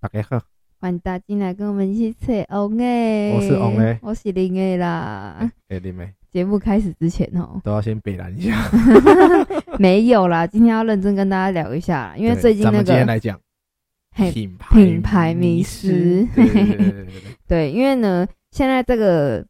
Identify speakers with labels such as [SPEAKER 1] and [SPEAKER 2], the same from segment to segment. [SPEAKER 1] 大家好，
[SPEAKER 2] 欢迎大进来跟我们一起吹红诶，
[SPEAKER 1] 我是王诶
[SPEAKER 2] 我是林诶啦。
[SPEAKER 1] 哎、林妹
[SPEAKER 2] 节目开始之前哦，
[SPEAKER 1] 都要先北南一下，
[SPEAKER 2] 没有啦，今天要认真跟大家聊一下啦，因为
[SPEAKER 1] 对
[SPEAKER 2] 最近
[SPEAKER 1] 咱
[SPEAKER 2] 那
[SPEAKER 1] 们今天
[SPEAKER 2] 个
[SPEAKER 1] 来讲
[SPEAKER 2] 嘿
[SPEAKER 1] 品牌
[SPEAKER 2] 品牌迷
[SPEAKER 1] 失
[SPEAKER 2] 失，
[SPEAKER 1] 对对对对对对对
[SPEAKER 2] 对，因为呢，现在这个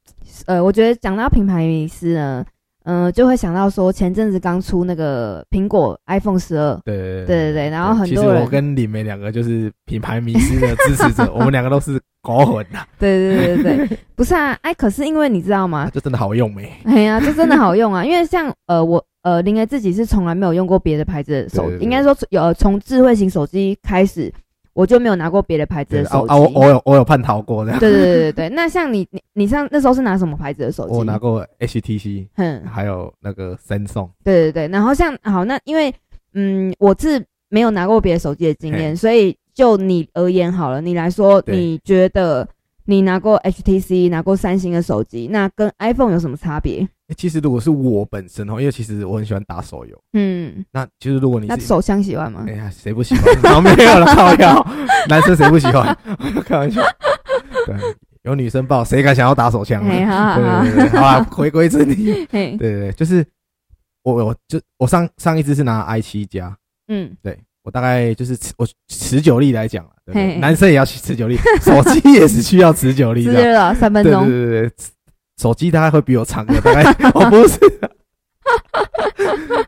[SPEAKER 2] 呃，我觉得讲到品牌迷失呢，嗯，就会想到说前阵子刚出那个苹果 iPhone 十二，
[SPEAKER 1] 对对对
[SPEAKER 2] 对对然后很
[SPEAKER 1] 其实
[SPEAKER 2] 多人
[SPEAKER 1] 我跟李梅两个就是品牌迷失的支持 者，我们两个都是狗混啊呐、
[SPEAKER 2] 对对 对对对，不是啊，哎，可是因为你知道吗
[SPEAKER 1] 啊，？就真的好用没？
[SPEAKER 2] 哎呀，这真的好用啊！因为像呃，我呃，林儿自己是从来没有用过别的牌子的手，
[SPEAKER 1] 对对对
[SPEAKER 2] 应该说有呃从智慧型手机开始，我就没有拿过别的牌子
[SPEAKER 1] 对
[SPEAKER 2] 的
[SPEAKER 1] 啊
[SPEAKER 2] 手机。
[SPEAKER 1] 啊，我我有我有叛逃过这样，
[SPEAKER 2] 对对对对对。那像你你你上那时候是拿什么牌子的手机？
[SPEAKER 1] 我拿。过 HTC，
[SPEAKER 2] 嗯，
[SPEAKER 1] 还有那个 Samsung，
[SPEAKER 2] 对对对。然后像好那因为嗯，我是没有拿过别的手机的经验，所以就你而言好了，你来说，
[SPEAKER 1] 对
[SPEAKER 2] 你觉得你拿过 HTC 拿过三星的手机，那跟 iPhone 有什么差别？
[SPEAKER 1] 欸其实如果是我本身哦，因为其实我很喜欢打手游，
[SPEAKER 2] 嗯，
[SPEAKER 1] 那其实如果你
[SPEAKER 2] 那
[SPEAKER 1] 是
[SPEAKER 2] 手相喜欢吗
[SPEAKER 1] 哎？呀，谁不喜欢？ 然后没有了，靠腰，男生谁不喜欢？ 开玩笑，对，有女生抱，谁敢想要打手枪啊？
[SPEAKER 2] 哎，好好好
[SPEAKER 1] 对对对，好啦，回归正题。
[SPEAKER 2] 嘿
[SPEAKER 1] 对，对对，就是我我就我上上一支是拿 i 七加，
[SPEAKER 2] 嗯，
[SPEAKER 1] 对我大概就是持我持久力来讲啦，对不对
[SPEAKER 2] 嘿
[SPEAKER 1] 男生也要持久力，手机也是需要持久力
[SPEAKER 2] 直
[SPEAKER 1] 的。
[SPEAKER 2] 接了三分
[SPEAKER 1] 对对
[SPEAKER 2] 钟，
[SPEAKER 1] 对对对，手机大概会比我长个大概，我不是。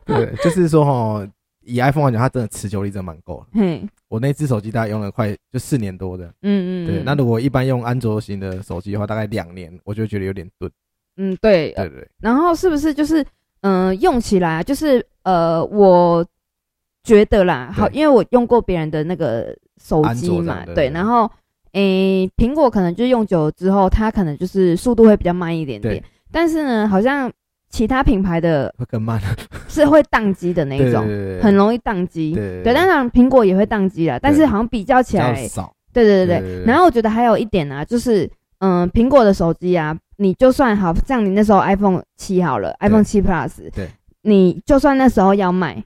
[SPEAKER 1] 对，就是说哈，以 iPhone 来讲，它真的持久力真的蛮够的。
[SPEAKER 2] 嘿，
[SPEAKER 1] 我那只手机大概用了快就四年多的，
[SPEAKER 2] 嗯嗯，
[SPEAKER 1] 对。
[SPEAKER 2] 嗯
[SPEAKER 1] 那如果一般用安卓型的手机的话，大概两年，我就觉得有点钝。
[SPEAKER 2] 嗯对，呃
[SPEAKER 1] 对对对，
[SPEAKER 2] 然后是不是就是嗯、呃用起来啊就是呃我觉得啦，好，
[SPEAKER 1] 对
[SPEAKER 2] 因为我用过别人的那个手
[SPEAKER 1] 安
[SPEAKER 2] 机
[SPEAKER 1] 卓这
[SPEAKER 2] 嘛
[SPEAKER 1] 样，的
[SPEAKER 2] 对，
[SPEAKER 1] 对
[SPEAKER 2] 然后诶苹果可能就用久了之后，它可能就是速度会比较慢一点点
[SPEAKER 1] 对，
[SPEAKER 2] 但是呢，好像其他品牌的
[SPEAKER 1] 会更慢。
[SPEAKER 2] 是会宕机的那
[SPEAKER 1] 对
[SPEAKER 2] 一
[SPEAKER 1] 对
[SPEAKER 2] 种，
[SPEAKER 1] 对，
[SPEAKER 2] 很容易宕机。
[SPEAKER 1] 对
[SPEAKER 2] 对，当然苹果也会宕机啦，但是好像比较
[SPEAKER 1] 比
[SPEAKER 2] 起
[SPEAKER 1] 较
[SPEAKER 2] 来，
[SPEAKER 1] 少。
[SPEAKER 2] 对对
[SPEAKER 1] 对
[SPEAKER 2] 对
[SPEAKER 1] 对
[SPEAKER 2] 对
[SPEAKER 1] 对。
[SPEAKER 2] 然后我觉得还有一点啊，就是嗯，苹果的手机啊，你就算好像你那时候 iPhone 七好了，iPhone 七 Plus，
[SPEAKER 1] 对，
[SPEAKER 2] 你就算那时候要卖，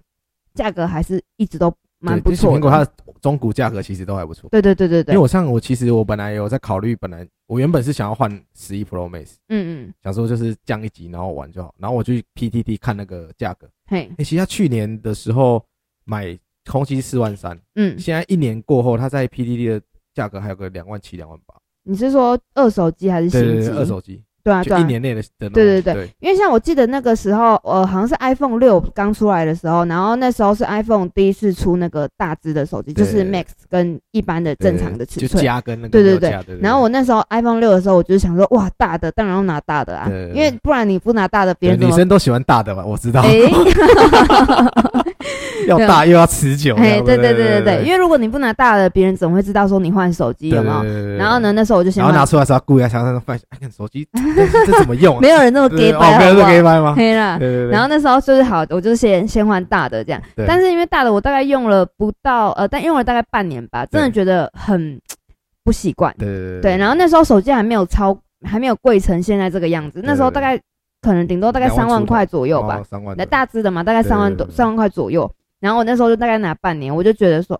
[SPEAKER 2] 价格还是一直都蛮
[SPEAKER 1] 对
[SPEAKER 2] 不
[SPEAKER 1] 就是
[SPEAKER 2] 错
[SPEAKER 1] 苹果
[SPEAKER 2] 的。
[SPEAKER 1] 它的中古价格其实都还不错。
[SPEAKER 2] 对对对对
[SPEAKER 1] 因
[SPEAKER 2] 对
[SPEAKER 1] 为，我上我其实我本来有在考虑，本来我原本是想要换十一 Pro Max，
[SPEAKER 2] 嗯嗯，
[SPEAKER 1] 想说就是降一级然后玩就好。然后我去 PTT 看那个价格，
[SPEAKER 2] 嘿，
[SPEAKER 1] 诶，其实他去年的时候买空气四万三，
[SPEAKER 2] 嗯，
[SPEAKER 1] 现在一年过后，它在 PTT 的价格还有个两万七、两万八。
[SPEAKER 2] 你是说二手机还是
[SPEAKER 1] 对
[SPEAKER 2] 新
[SPEAKER 1] 对
[SPEAKER 2] 机
[SPEAKER 1] 对，？二手机，
[SPEAKER 2] 对啊对
[SPEAKER 1] 就一
[SPEAKER 2] 啊，
[SPEAKER 1] 年内的的那种。
[SPEAKER 2] 对对对
[SPEAKER 1] 对
[SPEAKER 2] 因为像我记得那个时候，呃，好像是 iPhone 六刚出来的时候，然后那时候是 iPhone 第一次出那个大只的手机，就
[SPEAKER 1] 对
[SPEAKER 2] 是 Max 跟一般的正常的尺
[SPEAKER 1] 就
[SPEAKER 2] 寸。
[SPEAKER 1] 加跟那个
[SPEAKER 2] 对对
[SPEAKER 1] 没有加对
[SPEAKER 2] 然后我那时候 iPhone 六的时候，我就想说，哇，大的当然要拿大的啊，
[SPEAKER 1] 对
[SPEAKER 2] 因为不然你不拿大的，别
[SPEAKER 1] 对
[SPEAKER 2] 人怎
[SPEAKER 1] 女
[SPEAKER 2] 么？
[SPEAKER 1] 生都喜欢大的嘛，我知道，
[SPEAKER 2] 哎
[SPEAKER 1] 要大又要持久。
[SPEAKER 2] 哎，对
[SPEAKER 1] 对
[SPEAKER 2] 对对对对，因
[SPEAKER 1] 为
[SPEAKER 2] 为如果你不拿大的，别人怎么会知道说你换手机有没有？
[SPEAKER 1] 有
[SPEAKER 2] 然后呢，，那时候我就
[SPEAKER 1] 对对对对
[SPEAKER 2] 先
[SPEAKER 1] 然后拿
[SPEAKER 2] 换，
[SPEAKER 1] 出来的时候故意在墙上翻，哎，看手机这 这怎么用啊？
[SPEAKER 2] 没有人那么
[SPEAKER 1] 对对
[SPEAKER 2] gay
[SPEAKER 1] 对哦，
[SPEAKER 2] 白，
[SPEAKER 1] 没有
[SPEAKER 2] 好
[SPEAKER 1] 这
[SPEAKER 2] 不
[SPEAKER 1] 个
[SPEAKER 2] 好
[SPEAKER 1] gay 掰吗？对
[SPEAKER 2] 嘿啦。
[SPEAKER 1] 对对。
[SPEAKER 2] 然后那时候就是好，我就是先先换大的这样，
[SPEAKER 1] 对
[SPEAKER 2] 但是因为大的我大概用了不到呃，但用了大概半年吧，真的
[SPEAKER 1] 对
[SPEAKER 2] 觉得很不习惯。
[SPEAKER 1] 对对
[SPEAKER 2] 对，然后那时候手机还没有超，还没有贵成现在这个样子，那时候大概可能顶多大概
[SPEAKER 1] 两万
[SPEAKER 2] 三万
[SPEAKER 1] 出头
[SPEAKER 2] 块左右吧
[SPEAKER 1] 哦，三万
[SPEAKER 2] 那
[SPEAKER 1] 的，
[SPEAKER 2] 大致的嘛，大概
[SPEAKER 1] 对
[SPEAKER 2] 三万
[SPEAKER 1] 对
[SPEAKER 2] 多
[SPEAKER 1] 对
[SPEAKER 2] 三万块左右。然后我那时候就大概拿半年，我就觉得说，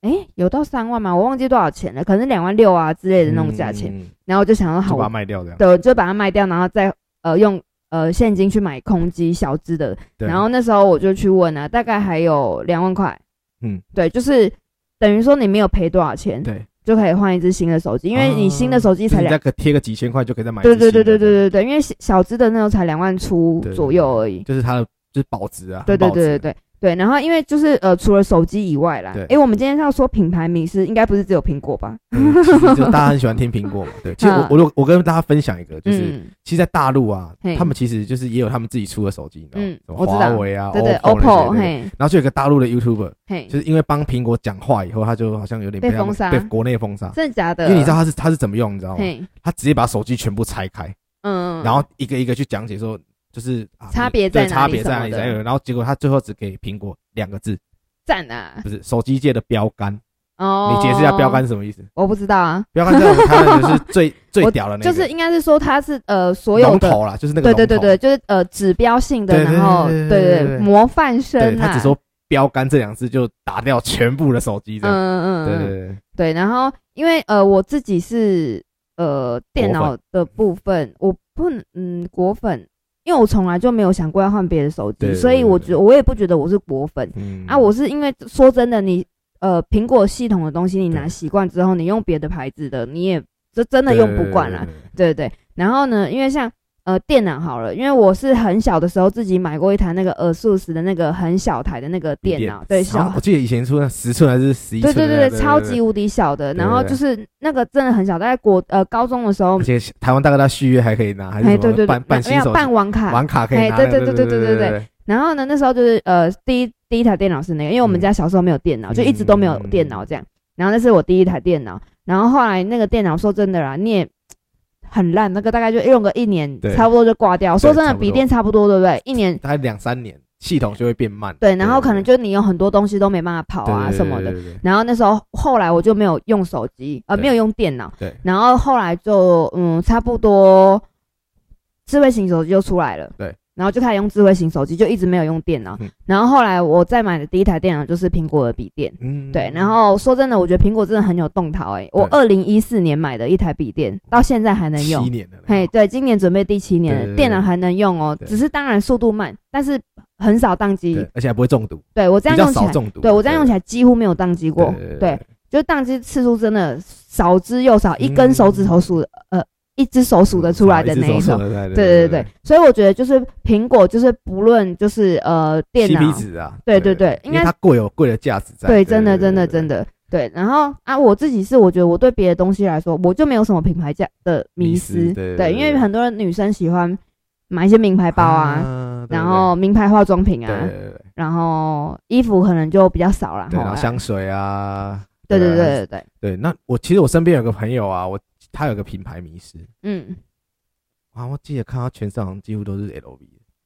[SPEAKER 2] 哎、有到三万吗？我忘记多少钱了，可能两万六啊之类的那种价钱。
[SPEAKER 1] 嗯，嗯嗯
[SPEAKER 2] 然后我就想说，好，
[SPEAKER 1] 就把它
[SPEAKER 2] 我
[SPEAKER 1] 卖掉这样。
[SPEAKER 2] 对，我就把它卖掉，然后再呃用呃现金去买空机小资的。
[SPEAKER 1] 对
[SPEAKER 2] 然后那时候我就去问啊，大概还有两万块。
[SPEAKER 1] 嗯，
[SPEAKER 2] 对，就是等于说你没有赔多少钱，
[SPEAKER 1] 对，
[SPEAKER 2] 就可以换一只新的手机，因为你新的手机
[SPEAKER 1] 就是
[SPEAKER 2] 才
[SPEAKER 1] 你
[SPEAKER 2] 两
[SPEAKER 1] 再个贴个几千块哦就可以再买一
[SPEAKER 2] 对
[SPEAKER 1] 只
[SPEAKER 2] 对
[SPEAKER 1] 新的。
[SPEAKER 2] 对对对对对，因为小小资的那种才两万出
[SPEAKER 1] 对对
[SPEAKER 2] 左右而已。
[SPEAKER 1] 就是它的就是保值啊，
[SPEAKER 2] 对对
[SPEAKER 1] 很保值
[SPEAKER 2] 对对对对。然后因为就是呃，除了手机以外啦
[SPEAKER 1] 对，
[SPEAKER 2] 诶，我们今天要说品牌名是应该不是只有苹果吧？
[SPEAKER 1] 嗯其实就大家很喜欢听苹果嘛，对。其实我
[SPEAKER 2] 嗯
[SPEAKER 1] 我如我跟大家分享一个，就是、
[SPEAKER 2] 嗯，
[SPEAKER 1] 其实，在大陆啊
[SPEAKER 2] 嘿，
[SPEAKER 1] 他们其实就是也有他们自己出的手机，你知道吗
[SPEAKER 2] 嗯？
[SPEAKER 1] 什么
[SPEAKER 2] 我知道
[SPEAKER 1] 华为啊，
[SPEAKER 2] 对对
[SPEAKER 1] OPPO 那
[SPEAKER 2] ，OPPO
[SPEAKER 1] 些对对
[SPEAKER 2] 嘿
[SPEAKER 1] 然后就有一个大陆的 YouTuber，
[SPEAKER 2] 嘿，
[SPEAKER 1] 就是因为帮苹果讲话以后，他就好像有点
[SPEAKER 2] 被
[SPEAKER 1] 他们
[SPEAKER 2] 封杀
[SPEAKER 1] 被国内封杀。
[SPEAKER 2] 真的假的？
[SPEAKER 1] 啊因为你知道他是他是怎么用，你知道吗？
[SPEAKER 2] 嘿，
[SPEAKER 1] 他直接把手机全部拆开，
[SPEAKER 2] 嗯，
[SPEAKER 1] 然后一个一个去讲解说，就是啊
[SPEAKER 2] 差
[SPEAKER 1] 你
[SPEAKER 2] 别在
[SPEAKER 1] 对
[SPEAKER 2] 哪
[SPEAKER 1] 差
[SPEAKER 2] 里
[SPEAKER 1] 别
[SPEAKER 2] 什
[SPEAKER 1] 在
[SPEAKER 2] 么
[SPEAKER 1] 哪里
[SPEAKER 2] 的
[SPEAKER 1] 在哪里。然后结果他最后只给苹果两个字，
[SPEAKER 2] 赞啊，
[SPEAKER 1] 不是手机界的标杆。
[SPEAKER 2] 哦，
[SPEAKER 1] 你解释一下标杆，是什么意思？
[SPEAKER 2] 我不知道啊，
[SPEAKER 1] 标杆在我们台湾就是最最
[SPEAKER 2] 我
[SPEAKER 1] 屌的那
[SPEAKER 2] 就
[SPEAKER 1] 个，
[SPEAKER 2] 是应该是说它是呃所有
[SPEAKER 1] 龙
[SPEAKER 2] 的。
[SPEAKER 1] 头啊啦，就是那个
[SPEAKER 2] 对对
[SPEAKER 1] 龙头
[SPEAKER 2] 对对，就是呃指标性的，
[SPEAKER 1] 对对
[SPEAKER 2] 然后
[SPEAKER 1] 对对
[SPEAKER 2] 对
[SPEAKER 1] 对对
[SPEAKER 2] 模范生
[SPEAKER 1] 对
[SPEAKER 2] 啊，
[SPEAKER 1] 他只说标杆这两字就打掉全部的手机这样。
[SPEAKER 2] 嗯嗯，
[SPEAKER 1] 对
[SPEAKER 2] 嗯
[SPEAKER 1] 对对，
[SPEAKER 2] 对，然后因为呃，我自己是呃电脑的部分，我不能嗯果粉，因为我从来就没有想过要换别的手机，
[SPEAKER 1] 对
[SPEAKER 2] 所以
[SPEAKER 1] 对
[SPEAKER 2] 我
[SPEAKER 1] 对
[SPEAKER 2] 觉我也不觉得我是果粉
[SPEAKER 1] 嗯
[SPEAKER 2] 啊，我是因为说真的，你呃苹果系统的东西你拿
[SPEAKER 1] 对
[SPEAKER 2] 习惯之后，你用别的牌子的，你也这真的用不惯啦，。啊
[SPEAKER 1] 对对对对
[SPEAKER 2] 对对对。然后呢，因为像呃电脑好了，因为我是很小的时候自己买过一台那个 ASUS 的那个很小台的那个
[SPEAKER 1] 笔
[SPEAKER 2] 电脑，对小
[SPEAKER 1] 啊我记得以前出那十寸还是十一
[SPEAKER 2] 对
[SPEAKER 1] 寸的
[SPEAKER 2] 对
[SPEAKER 1] 那个，
[SPEAKER 2] 对对，超级无敌小的。
[SPEAKER 1] 啊对
[SPEAKER 2] 然后就是那个真的很小，大概国呃高中的时候
[SPEAKER 1] 而，且台湾大哥大续约还可以拿，还是
[SPEAKER 2] 哎
[SPEAKER 1] 什
[SPEAKER 2] 对对
[SPEAKER 1] 么
[SPEAKER 2] 对
[SPEAKER 1] 办，办
[SPEAKER 2] 没
[SPEAKER 1] 新
[SPEAKER 2] 有
[SPEAKER 1] 手
[SPEAKER 2] 办网卡。
[SPEAKER 1] 网卡可以
[SPEAKER 2] 哎
[SPEAKER 1] 拿
[SPEAKER 2] 对
[SPEAKER 1] 那个。
[SPEAKER 2] 对
[SPEAKER 1] 对
[SPEAKER 2] 对对对
[SPEAKER 1] 对对，
[SPEAKER 2] 然后呢，那时候就是呃第一第一台电脑是那个，因为我们
[SPEAKER 1] 嗯
[SPEAKER 2] 家小时候没有电脑，就一直都没有
[SPEAKER 1] 嗯
[SPEAKER 2] 电脑这样。然后那是我第一台电脑，然后后来那个电脑说真的啦，你也。很烂，那个大概就用个一年，
[SPEAKER 1] 对
[SPEAKER 2] 差不多就挂掉。说真
[SPEAKER 1] 差
[SPEAKER 2] 的，
[SPEAKER 1] 不多
[SPEAKER 2] 笔电差不多，对不对？一年
[SPEAKER 1] 大概两三年系统就会变慢。
[SPEAKER 2] 对，然后可能就你有很多东西都没办法跑啊什么的。
[SPEAKER 1] 对对对
[SPEAKER 2] 然后那时候后来我就没有用手机，呃，
[SPEAKER 1] 对
[SPEAKER 2] 没有用电脑。
[SPEAKER 1] 对
[SPEAKER 2] 然后后来就嗯，差不多智慧型手机就出来了。
[SPEAKER 1] 对。
[SPEAKER 2] 然后就开始用智慧型手机，就一直没有用电脑。
[SPEAKER 1] 嗯
[SPEAKER 2] 然后后来我再买的第一台电脑就是苹果的笔电。
[SPEAKER 1] 嗯
[SPEAKER 2] 对，然后说真的，我觉得苹果真的很有动态、欸。我二零一四年买的一台笔电，到现在还能
[SPEAKER 1] 七
[SPEAKER 2] 用。
[SPEAKER 1] 年了，
[SPEAKER 2] 嘿，对，今年准备第七年了，
[SPEAKER 1] 对对对
[SPEAKER 2] 电脑还能用哦，
[SPEAKER 1] 对
[SPEAKER 2] 只是当然速度慢，但是很少宕机。
[SPEAKER 1] 对，而且还不会中毒，
[SPEAKER 2] 对我这样
[SPEAKER 1] 比较
[SPEAKER 2] 用起
[SPEAKER 1] 少
[SPEAKER 2] 来，
[SPEAKER 1] 中毒。
[SPEAKER 2] 对我这样用起来几乎没有宕机过。
[SPEAKER 1] 对
[SPEAKER 2] 对，就宕机次数真的少之又少，一根手指头数得，呃，一只手数得出来的那一种。
[SPEAKER 1] 对
[SPEAKER 2] 对对对，所以我觉得就是苹果，就是不论就是呃电脑
[SPEAKER 1] CP，值啊，
[SPEAKER 2] 对对对应
[SPEAKER 1] 因
[SPEAKER 2] 该
[SPEAKER 1] 为它贵有贵的价值在。
[SPEAKER 2] 对，真的真的真
[SPEAKER 1] 的
[SPEAKER 2] 的对。然后啊，我自己是我觉得我对别的东西来说，我就没有什么品牌价的迷
[SPEAKER 1] 迷
[SPEAKER 2] 思，
[SPEAKER 1] 思对
[SPEAKER 2] 对，
[SPEAKER 1] 对
[SPEAKER 2] 因为
[SPEAKER 1] 对
[SPEAKER 2] 很多女生喜欢买一些名牌包啊，
[SPEAKER 1] 啊
[SPEAKER 2] 然后名牌化妆品
[SPEAKER 1] 对
[SPEAKER 2] 啊
[SPEAKER 1] 对，对对
[SPEAKER 2] 然后衣服可能就比较少啦。
[SPEAKER 1] 对，
[SPEAKER 2] 吼
[SPEAKER 1] 然后香水啊，
[SPEAKER 2] 对对
[SPEAKER 1] 对
[SPEAKER 2] 对
[SPEAKER 1] 啊
[SPEAKER 2] 对对，
[SPEAKER 1] 对，那我其实我身边有个朋友啊，我他有个品牌迷失
[SPEAKER 2] 嗯，
[SPEAKER 1] 啊，我记得看他全身好像几乎都是 LV，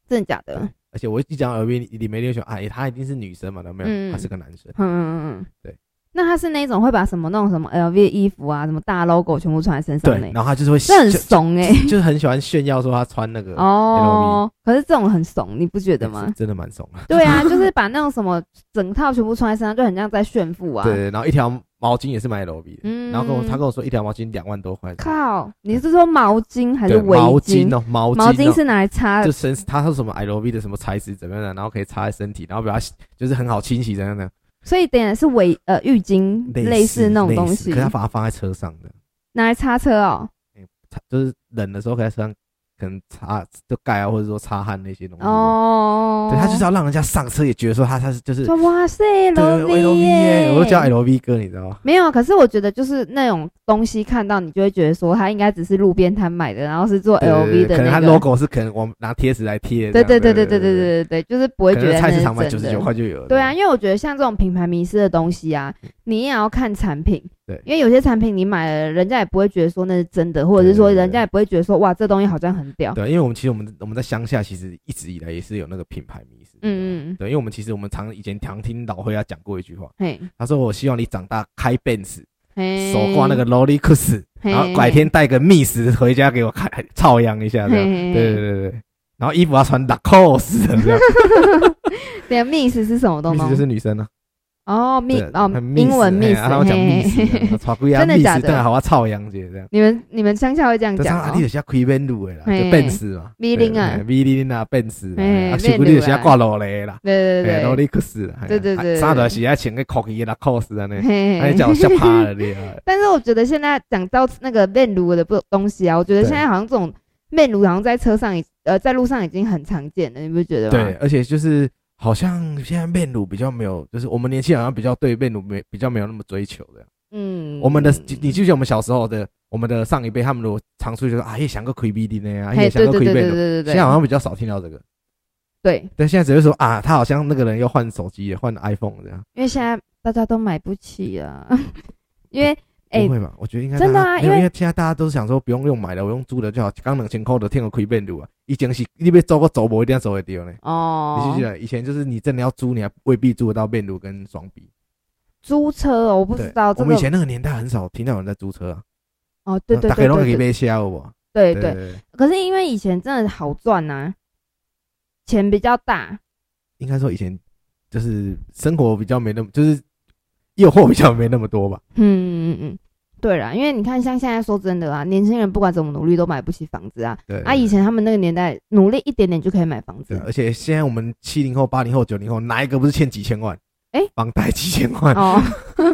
[SPEAKER 2] 真的假的？嗯
[SPEAKER 1] 而且我一讲 LV 里面就想，哎，他一定是女生嘛，都没
[SPEAKER 2] 嗯
[SPEAKER 1] 有，他是个男生，
[SPEAKER 2] 嗯嗯，嗯
[SPEAKER 1] 对。
[SPEAKER 2] 那他是那种会把什么那种什么 LV 的衣服啊，什么大 logo 全部穿在身上
[SPEAKER 1] 对，
[SPEAKER 2] 呢？
[SPEAKER 1] 然后他就是会
[SPEAKER 2] 欸这很
[SPEAKER 1] 就
[SPEAKER 2] 怂哎、
[SPEAKER 1] 就是很喜欢炫耀说他穿那个
[SPEAKER 2] 哦，可是这种很怂，你不觉得吗
[SPEAKER 1] 是？真的蛮怂的，
[SPEAKER 2] 对啊，就是把那种什么整套全部穿在身上，就很像在炫富啊。
[SPEAKER 1] 对，对，然后一条毛巾也是买 LV 的，
[SPEAKER 2] 嗯
[SPEAKER 1] 然后跟我他跟我说一条毛巾两万多块，
[SPEAKER 2] 靠，你是说毛巾还是
[SPEAKER 1] 对，
[SPEAKER 2] 围
[SPEAKER 1] 毛巾？哦，毛
[SPEAKER 2] 毛
[SPEAKER 1] 巾
[SPEAKER 2] 巾
[SPEAKER 1] 哦
[SPEAKER 2] 是拿来擦
[SPEAKER 1] 就身他说什么 LV 的什么材质怎么样的，然后可以擦在身体，然后把它就是很好清洗怎样的，
[SPEAKER 2] 所以等于是围呃浴巾类似那种
[SPEAKER 1] 类
[SPEAKER 2] 东
[SPEAKER 1] 似
[SPEAKER 2] 西
[SPEAKER 1] 可，是他把它放在车上的。
[SPEAKER 2] 拿来擦车哦。
[SPEAKER 1] 擦就是冷的时候可以在身上可能擦就盖啊，或者说擦汗那些东西。，
[SPEAKER 2] 哦，
[SPEAKER 1] 对他就是要让人家上车也觉得说他他是就是
[SPEAKER 2] 说哇塞
[SPEAKER 1] 对
[SPEAKER 2] LV 耶，
[SPEAKER 1] 耶，我都叫 LV 哥，你知道吗？
[SPEAKER 2] 没有，可是我觉得就是那种东西看到你就会觉得说它应该只是路边摊买的，然后是做
[SPEAKER 1] 对对
[SPEAKER 2] LV
[SPEAKER 1] 对
[SPEAKER 2] 的
[SPEAKER 1] 可能
[SPEAKER 2] 那
[SPEAKER 1] 他
[SPEAKER 2] 个。
[SPEAKER 1] logo 是可能我们拿贴纸来贴。
[SPEAKER 2] 对
[SPEAKER 1] 这
[SPEAKER 2] 对
[SPEAKER 1] 样
[SPEAKER 2] 对对对对对对对，就是不会
[SPEAKER 1] 可
[SPEAKER 2] 觉
[SPEAKER 1] 能
[SPEAKER 2] 得
[SPEAKER 1] 菜市
[SPEAKER 2] 那
[SPEAKER 1] 场买
[SPEAKER 2] 是
[SPEAKER 1] 九
[SPEAKER 2] 真
[SPEAKER 1] 十
[SPEAKER 2] 的
[SPEAKER 1] 九块就有了。
[SPEAKER 2] 对啊，因为我觉得像这种品牌迷失的东西啊，你也要看产品。
[SPEAKER 1] 对
[SPEAKER 2] 因为有些产品你买了，人家也不会觉得说那是真的，或者是说
[SPEAKER 1] 对对对
[SPEAKER 2] 人家也不会觉得说哇，这东西好像很屌。
[SPEAKER 1] 对，因为我们其实我们我们在乡下其实一直以来也是有那个品牌迷失。嗯嗯。
[SPEAKER 2] 嗯嗯，
[SPEAKER 1] 对，因为我们其实我们常以前常听老灰啊讲过一句话，
[SPEAKER 2] 嘿，
[SPEAKER 1] 他说：“我希望你长大开 Benz，
[SPEAKER 2] 嘿，
[SPEAKER 1] 手挂那个 Lolly c u s
[SPEAKER 2] 嘿，
[SPEAKER 1] 然后改天带个 Miss 回家给我看 操扬一下这样。”对
[SPEAKER 2] 嘿，
[SPEAKER 1] 对
[SPEAKER 2] 对
[SPEAKER 1] 对对，然后衣服要穿 Lacoste 的这样，
[SPEAKER 2] 对，miss 是什么东
[SPEAKER 1] ，Miss 就
[SPEAKER 2] 东？
[SPEAKER 1] 是女生啊，
[SPEAKER 2] 哦，miss
[SPEAKER 1] 对
[SPEAKER 2] 哦
[SPEAKER 1] 很，
[SPEAKER 2] 英文
[SPEAKER 1] 嘿
[SPEAKER 2] miss，
[SPEAKER 1] 啊然后讲
[SPEAKER 2] 嘿
[SPEAKER 1] Miss，这样穿贵啊
[SPEAKER 2] 真的假的
[SPEAKER 1] ，Miss 当然好啊，操洋姐这样。
[SPEAKER 2] 你们你们乡下会这样
[SPEAKER 1] 但是
[SPEAKER 2] 讲、
[SPEAKER 1] 啊，你
[SPEAKER 2] 哦？
[SPEAKER 1] 就是要开面路的啦，就
[SPEAKER 2] 嘿
[SPEAKER 1] 奔驰嘛，
[SPEAKER 2] 米林啊
[SPEAKER 1] 米林啊，奔驰啊，
[SPEAKER 2] 嘿
[SPEAKER 1] 啊，
[SPEAKER 2] 面
[SPEAKER 1] 是
[SPEAKER 2] 路
[SPEAKER 1] 不
[SPEAKER 2] 啊
[SPEAKER 1] 你就是要挂落来啦，
[SPEAKER 2] 对对
[SPEAKER 1] 然后
[SPEAKER 2] 对
[SPEAKER 1] 你克斯啦，嘿啊
[SPEAKER 2] 对对对
[SPEAKER 1] 啊衫就是要穿个 Cocky 啦，Cos 啊
[SPEAKER 2] 对，
[SPEAKER 1] 呢，啊
[SPEAKER 2] 嘿
[SPEAKER 1] 你叫我吓趴 了你啊，
[SPEAKER 2] 但是我觉得现在讲到那个面炉的不东西啊，我觉得
[SPEAKER 1] 对
[SPEAKER 2] 现在好像这种面炉好像在车上已呃在路上已经很常见了，你不觉得吗？
[SPEAKER 1] 对，而且就是。好像现在面乳比较没有，就是我们年轻人好像比较对面乳没比较没有那么追求的。
[SPEAKER 2] 嗯，
[SPEAKER 1] 我们的你你记不记得我们小时候的我们的上一辈，他们如果常出去说啊，也想个 q u e 的呢，啊，
[SPEAKER 2] 嘿
[SPEAKER 1] 也想
[SPEAKER 2] 对
[SPEAKER 1] 个
[SPEAKER 2] 对
[SPEAKER 1] q u
[SPEAKER 2] 对对
[SPEAKER 1] e
[SPEAKER 2] 对
[SPEAKER 1] 的。
[SPEAKER 2] 对
[SPEAKER 1] 现在好
[SPEAKER 2] 对，
[SPEAKER 1] 像比较少听到这个，
[SPEAKER 2] 对，
[SPEAKER 1] 但现在只会说啊，他好像那个人又换手机了，换 iPhone 这样，
[SPEAKER 2] 因为现在大家都买不起 啊，因为哎
[SPEAKER 1] 不会吧？我觉得应该
[SPEAKER 2] 真的啊
[SPEAKER 1] 大家没有
[SPEAKER 2] 因
[SPEAKER 1] 因
[SPEAKER 2] 为
[SPEAKER 1] 现在大家都是想说不用用买的，我用租的就好。刚两千块的天个 q u e 的啊，以前是你被走过走不一定要走得掉呢。你记
[SPEAKER 2] 哦
[SPEAKER 1] 不记，得以前就是你真的要租，你还未必租得到面路跟双臂。
[SPEAKER 2] 租车哦我不
[SPEAKER 1] 对
[SPEAKER 2] 知道这
[SPEAKER 1] 我们
[SPEAKER 2] 个
[SPEAKER 1] 以前那个年代很少听到有人在租车啊，
[SPEAKER 2] 哦，对对
[SPEAKER 1] 大概
[SPEAKER 2] 对
[SPEAKER 1] 都可
[SPEAKER 2] 对
[SPEAKER 1] 以
[SPEAKER 2] 对
[SPEAKER 1] 被吓我。
[SPEAKER 2] 对
[SPEAKER 1] 对
[SPEAKER 2] 对，可是因为啊以前真的好赚呐，钱比较大，
[SPEAKER 1] 应该说以前就是生活比较没那么，就是诱惑比较没那么多吧。
[SPEAKER 2] 嗯嗯嗯，对啦，因为你看，像现在说真的啊，年轻人不管怎么努力都买不起房子啊。
[SPEAKER 1] 对
[SPEAKER 2] 啊，以前他们那个年代，努力一点点就可以买房
[SPEAKER 1] 对，
[SPEAKER 2] 子。
[SPEAKER 1] 而且现在我们七零后、八零后、九零后，哪一个不是欠几千万？
[SPEAKER 2] 哎
[SPEAKER 1] 房贷几千万，
[SPEAKER 2] 哦，